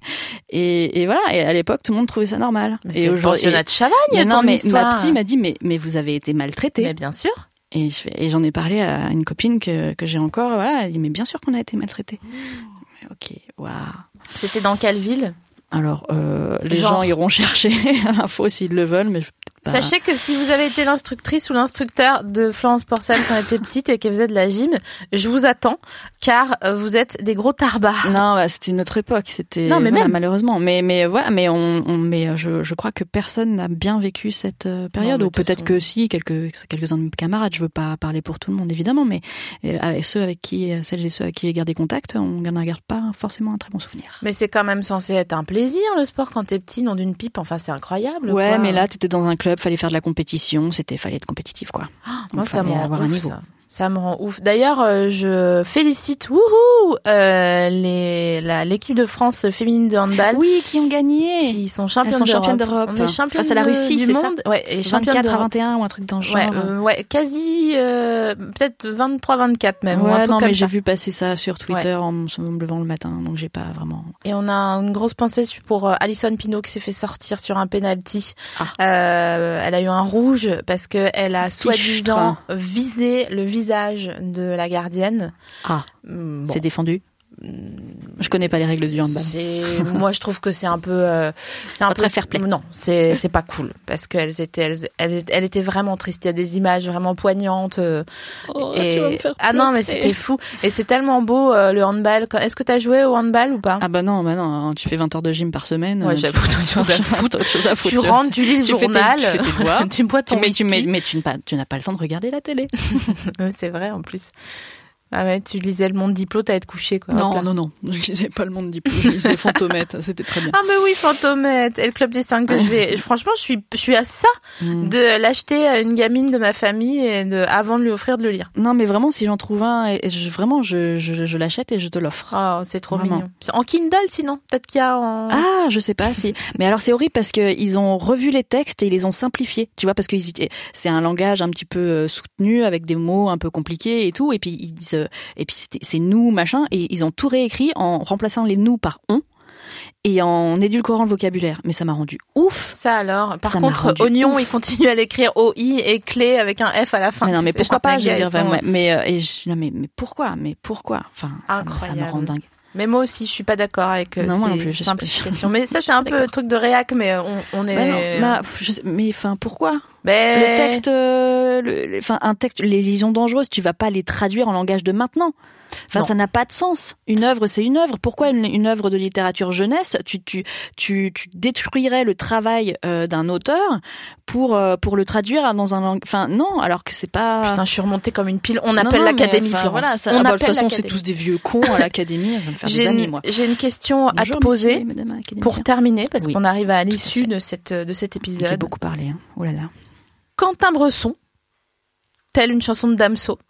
Speaker 3: Et, et voilà. Et à l'époque, tout le monde trouvait ça normal.
Speaker 1: Mais
Speaker 3: et
Speaker 1: c'est le
Speaker 3: aujourd'hui-
Speaker 1: pensionnat de Chavagne,
Speaker 3: Mais non,
Speaker 1: ton
Speaker 3: mais ma
Speaker 1: histoire.
Speaker 3: psy m'a dit, mais, mais vous avez été maltraité.
Speaker 1: Mais bien sûr.
Speaker 3: Et, je fais- et j'en ai parlé à une copine que, que j'ai encore. Voilà, elle dit, mais bien sûr qu'on a été maltraité. Ok, waouh.
Speaker 1: C'était dans quelle ville
Speaker 3: Alors, euh, les
Speaker 1: Genre.
Speaker 3: gens iront chercher l'info s'ils le veulent, mais je vais peut-être pas-
Speaker 1: Sachez que si vous avez été l'instructrice ou l'instructeur de Florence Porcel quand elle était petite et qu'elle faisait de la gym, je vous attends car euh, vous êtes des gros tarbards.
Speaker 3: Non, bah, c'était une autre époque. C'était
Speaker 1: Ah. Non, mais
Speaker 3: voilà,
Speaker 1: même.
Speaker 3: malheureusement. Mais mais voilà, mais on, on- mais euh, je, je crois que personne n'a bien vécu cette euh, période.
Speaker 1: mais
Speaker 3: Ou
Speaker 1: de toute
Speaker 3: peut-être
Speaker 1: façon-
Speaker 3: que si quelques quelques uns de mes camarades. Je veux pas parler pour tout le monde évidemment, mais euh, avec ceux avec qui euh, celles et ceux avec qui j'ai gardé contact, on n'en garde pas forcément un très bon souvenir.
Speaker 1: Mais c'est quand même censé être un plaisir le sport quand t'es petit, non d'une pipe. Enfin, c'est incroyable.
Speaker 3: Ouais,
Speaker 1: quoi.
Speaker 3: mais là t'étais dans un club, fallait faire de la compétition, c'était fallait être compétitif quoi. Donc,
Speaker 1: Ah, Moi, ça me
Speaker 3: fallait
Speaker 1: rend
Speaker 3: avoir
Speaker 1: ouf,
Speaker 3: un niveau.
Speaker 1: Ça. Ça me rend ouf. D'ailleurs, euh, je félicite wouhou euh, les la- l'équipe de France féminine de handball
Speaker 3: Oui, qui ont gagné
Speaker 1: qui sont
Speaker 3: Elles
Speaker 1: championnes
Speaker 3: sont championnes
Speaker 1: d'Europe.
Speaker 3: d'Europe
Speaker 1: On est championnes
Speaker 3: face à la
Speaker 1: de-
Speaker 3: Russie,
Speaker 1: du
Speaker 3: c'est ça
Speaker 1: monde. Ouais, et championnes
Speaker 3: 24 à
Speaker 1: d'Europe.
Speaker 3: 21 ou un truc dans le genre.
Speaker 1: Ouais, euh, ouais, quasi euh, peut-être 23-24 même, ou
Speaker 3: Ouais,
Speaker 1: un truc
Speaker 3: non,
Speaker 1: comme
Speaker 3: mais j'ai
Speaker 1: ça.
Speaker 3: vu passer ça sur Twitter en me levant le matin, donc j'ai pas vraiment.
Speaker 1: Et on a une grosse pensée pour euh, Alison Pinault qui s'est fait sortir sur un penalty.
Speaker 3: Ah.
Speaker 1: Euh, elle a eu un rouge parce que elle a soi-disant visé le visage de la gardienne.
Speaker 3: Ah,
Speaker 1: Hum, bon.
Speaker 3: c'est défendu.
Speaker 1: Hmm,
Speaker 3: Je connais pas les règles du handball.
Speaker 1: C'est- moi je trouve que c'est un peu euh, c'est un
Speaker 3: Pas
Speaker 1: peu
Speaker 3: très fair-play.
Speaker 1: Non, c'est c'est pas cool parce qu'elles étaient elles, elles, elles étaient vraiment tristes, il y a des images vraiment poignantes euh,
Speaker 3: Oh,
Speaker 1: et Ah non, mais c'était fou et c'est tellement beau euh, le handball. Quand- Est-ce que tu as joué au handball ou pas
Speaker 3: Ah bah non, bah non, hein, tu fais 20 heures de gym par semaine.
Speaker 1: Ouais,
Speaker 3: euh,
Speaker 1: j'avoue,
Speaker 3: tu-
Speaker 1: t'as autre chose à
Speaker 3: tu-
Speaker 1: foutre.
Speaker 3: t'as autre chose
Speaker 1: Tu
Speaker 3: à foutre.
Speaker 1: rentres, tu lis le
Speaker 3: tu fais tes-
Speaker 1: journal,
Speaker 3: tu fais tes doigts.
Speaker 1: tu bois
Speaker 3: Tu
Speaker 1: ton
Speaker 3: mets- tu mets-
Speaker 1: whisky.
Speaker 3: mais tu n'as pas, tu n'as pas le temps de regarder la télé.
Speaker 1: Ouais, C'est vrai en plus. Ah ouais, tu lisais le Monde Diplo, t'as été couché quoi. Hop là.
Speaker 3: non, non. Je disais pas le monde dit plus. Je disais fantomètre. C'était très bien.
Speaker 1: Ah mais oui, Fantomette et le club des 5 que je vais. Franchement, je suis, je suis à ça
Speaker 3: Mm. Hmm.
Speaker 1: de l'acheter à une gamine de ma famille et de, avant de lui offrir de le lire.
Speaker 3: Non, mais vraiment, si j'en trouve un, et- et je- vraiment, je, je, je l'achète et je te l'offre.
Speaker 1: Oh, c'est trop
Speaker 3: Vraiment.
Speaker 1: mignon. En Kindle sinon, peut-être qu'il y a en.
Speaker 3: Ah, je sais pas si. Mais alors c'est horrible parce que ils ont revu les textes et ils les ont simplifiés. Tu vois parce que ils utilisent- c'est un langage un petit peu euh, soutenu avec des mots un peu compliqués et tout. Et puis ils disent, euh, et puis c'était- c'est nous machin et ils ont tout réécrit en remplaçant les nous par on et en édulcorant le vocabulaire. Mais ça m'a rendu ouf.
Speaker 1: Ça alors. Par
Speaker 3: Ça m'a
Speaker 1: contre,
Speaker 3: rendu
Speaker 1: oignon,
Speaker 3: ouf.
Speaker 1: il continue à l'écrire O I et clé avec un F à la fin.
Speaker 3: mais non,
Speaker 1: Tu
Speaker 3: mais
Speaker 1: sais,
Speaker 3: pourquoi
Speaker 1: genre,
Speaker 3: pas
Speaker 1: les
Speaker 3: Je veux
Speaker 1: gars,
Speaker 3: dire,
Speaker 1: ils sont-
Speaker 3: mais, mais, euh, et je- non, mais mais pourquoi Mais pourquoi Enfin, ça me- ça me
Speaker 1: Incroyable.
Speaker 3: rend dingue.
Speaker 1: Mais moi aussi, je suis pas d'accord avec euh,
Speaker 3: Non, moi non
Speaker 1: ces
Speaker 3: plus, je suis pas-
Speaker 1: simplifications. Mais ça, c'est un peu
Speaker 3: d'accord.
Speaker 1: truc de réac, mais euh, on, on
Speaker 3: Bah non,
Speaker 1: est.
Speaker 3: bah, pff, je sais- mais enfin, pourquoi
Speaker 1: Mais...
Speaker 3: Le texte, euh, le- le- enfin un texte, les lisions dangereuses, tu vas pas les traduire en langage de maintenant. Enfin,
Speaker 1: Non.
Speaker 3: ça n'a pas de sens. Une œuvre, c'est une œuvre. Pourquoi une, une œuvre de littérature jeunesse, tu tu tu, tu détruirais le travail euh, d'un auteur pour euh, pour le traduire dans un langage. Enfin non, alors que c'est pas.
Speaker 1: Putain, je suis remontée comme une pile. On
Speaker 3: ah. Non,
Speaker 1: appelle
Speaker 3: non, mais
Speaker 1: l'académie,
Speaker 3: enfin,
Speaker 1: Florence.
Speaker 3: Voilà, ça,
Speaker 1: on
Speaker 3: ah bah, de
Speaker 1: appelle
Speaker 3: toute façon, c'est
Speaker 1: l'académie.
Speaker 3: tous des vieux cons à l'académie. Je vais me faire
Speaker 1: J'ai
Speaker 3: des amis,
Speaker 1: une,
Speaker 3: moi.
Speaker 1: j'ai une question à
Speaker 3: Bonjour,
Speaker 1: te poser
Speaker 3: messieurs et mesdames académiciens.
Speaker 1: pour terminer, parce
Speaker 3: Oui,
Speaker 1: qu'on arrive à
Speaker 3: tout à
Speaker 1: l'issue
Speaker 3: fait.
Speaker 1: de, cette, de cet
Speaker 3: J'ai
Speaker 1: épisode.
Speaker 3: beaucoup parlé. Hein. Oh là là.
Speaker 1: Quentin Bresson, telle une chanson de Damso,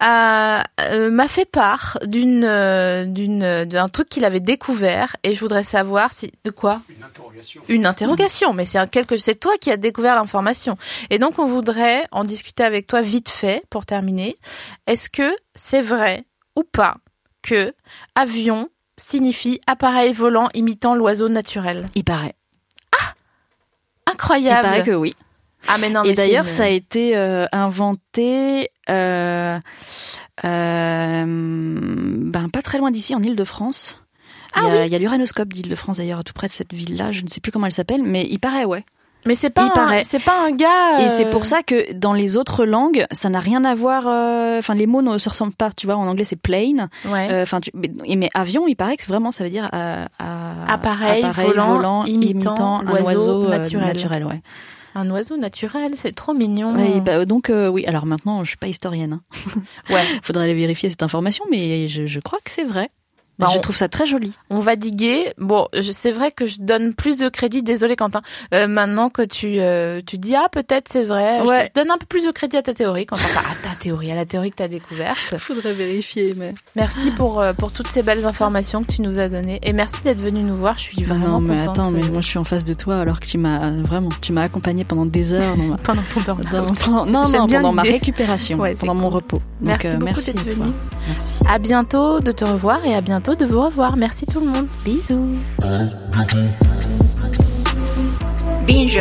Speaker 1: a- euh, m'a fait part d'une euh, d'une d'un truc qu'il avait découvert et je voudrais savoir si de quoi une interrogation une interrogation mais c'est un quelque c'est toi qui as découvert l'information et donc on voudrait en discuter avec toi vite fait pour terminer est-ce que c'est vrai ou pas que avion signifie appareil volant imitant l'oiseau naturel
Speaker 3: Il paraît. Il
Speaker 1: incroyable
Speaker 3: paraît que oui.
Speaker 1: ah mais non mais
Speaker 3: Et d'ailleurs,
Speaker 1: c'est
Speaker 3: ça a
Speaker 1: une-
Speaker 3: été euh, inventé euh, euh, ben, pas très loin d'ici, en Ile-de-France.
Speaker 1: Ah
Speaker 3: il y a, il y a l'Uranoscope d'Ile-de-France d'ailleurs, tout près de cette ville-là. Je ne sais plus comment elle s'appelle, mais il paraît, ouais.
Speaker 1: mais c'est pas un-
Speaker 3: il paraît.
Speaker 1: c'est pas un gars
Speaker 3: Et c'est pour
Speaker 1: euh,
Speaker 3: ça que dans les autres langues, ça n'a rien à voir. euh, Enfin, les mots ne se ressemblent pas. Tu vois, en anglais, c'est plane.
Speaker 1: ouais.
Speaker 3: Euh, Enfin, tu- mais, et- mais avion, il paraît que vraiment, ça veut dire euh, à-
Speaker 1: Appareil volant imitant
Speaker 3: un
Speaker 1: l'oiseau
Speaker 3: oiseau euh,
Speaker 1: naturel.
Speaker 3: naturel ouais.
Speaker 1: Un oiseau naturel, c'est trop mignon.
Speaker 3: Ouais, et bah, donc euh, oui. Alors maintenant, je suis pas historienne. hein.
Speaker 1: Ouais.
Speaker 3: Faudrait aller vérifier cette information, mais je, je crois que c'est vrai.
Speaker 1: Bah,
Speaker 3: je
Speaker 1: on-
Speaker 3: trouve ça très joli.
Speaker 1: On va diguer. Bon, je- c'est vrai que je donne plus de crédit. Désolé Quentin. Euh, maintenant que tu euh, tu dis ah peut-être c'est vrai. Je
Speaker 3: Ouais.
Speaker 1: te donne un peu plus de crédit à ta théorie Quentin. Enfin, à ta théorie, à la théorie que t'as découverte.
Speaker 3: Faudrait vérifier, mais
Speaker 1: Merci pour euh, pour toutes ces belles informations que tu nous as données et merci d'être venu nous voir. Je suis
Speaker 3: non,
Speaker 1: vraiment
Speaker 3: mais
Speaker 1: contente.
Speaker 3: attends, mais
Speaker 1: euh,
Speaker 3: moi je suis en face de toi alors que tu m'as euh, vraiment, tu m'as accompagné pendant des heures. dans ma-
Speaker 1: pendant ton
Speaker 3: dans-
Speaker 1: burn-out.
Speaker 3: pendant- non,
Speaker 1: J'aime
Speaker 3: non,
Speaker 1: bien
Speaker 3: pendant ma
Speaker 1: l'idée.
Speaker 3: récupération,
Speaker 1: Ouais, c'est
Speaker 3: pendant mon
Speaker 1: cool.
Speaker 3: repos. Donc,
Speaker 1: Merci
Speaker 3: euh,
Speaker 1: beaucoup
Speaker 3: merci
Speaker 1: d'être
Speaker 3: à toi.
Speaker 1: venu.
Speaker 3: Merci.
Speaker 1: À bientôt de te revoir et à bientôt de vous revoir. Merci tout le monde. Bisous.
Speaker 6: Binge.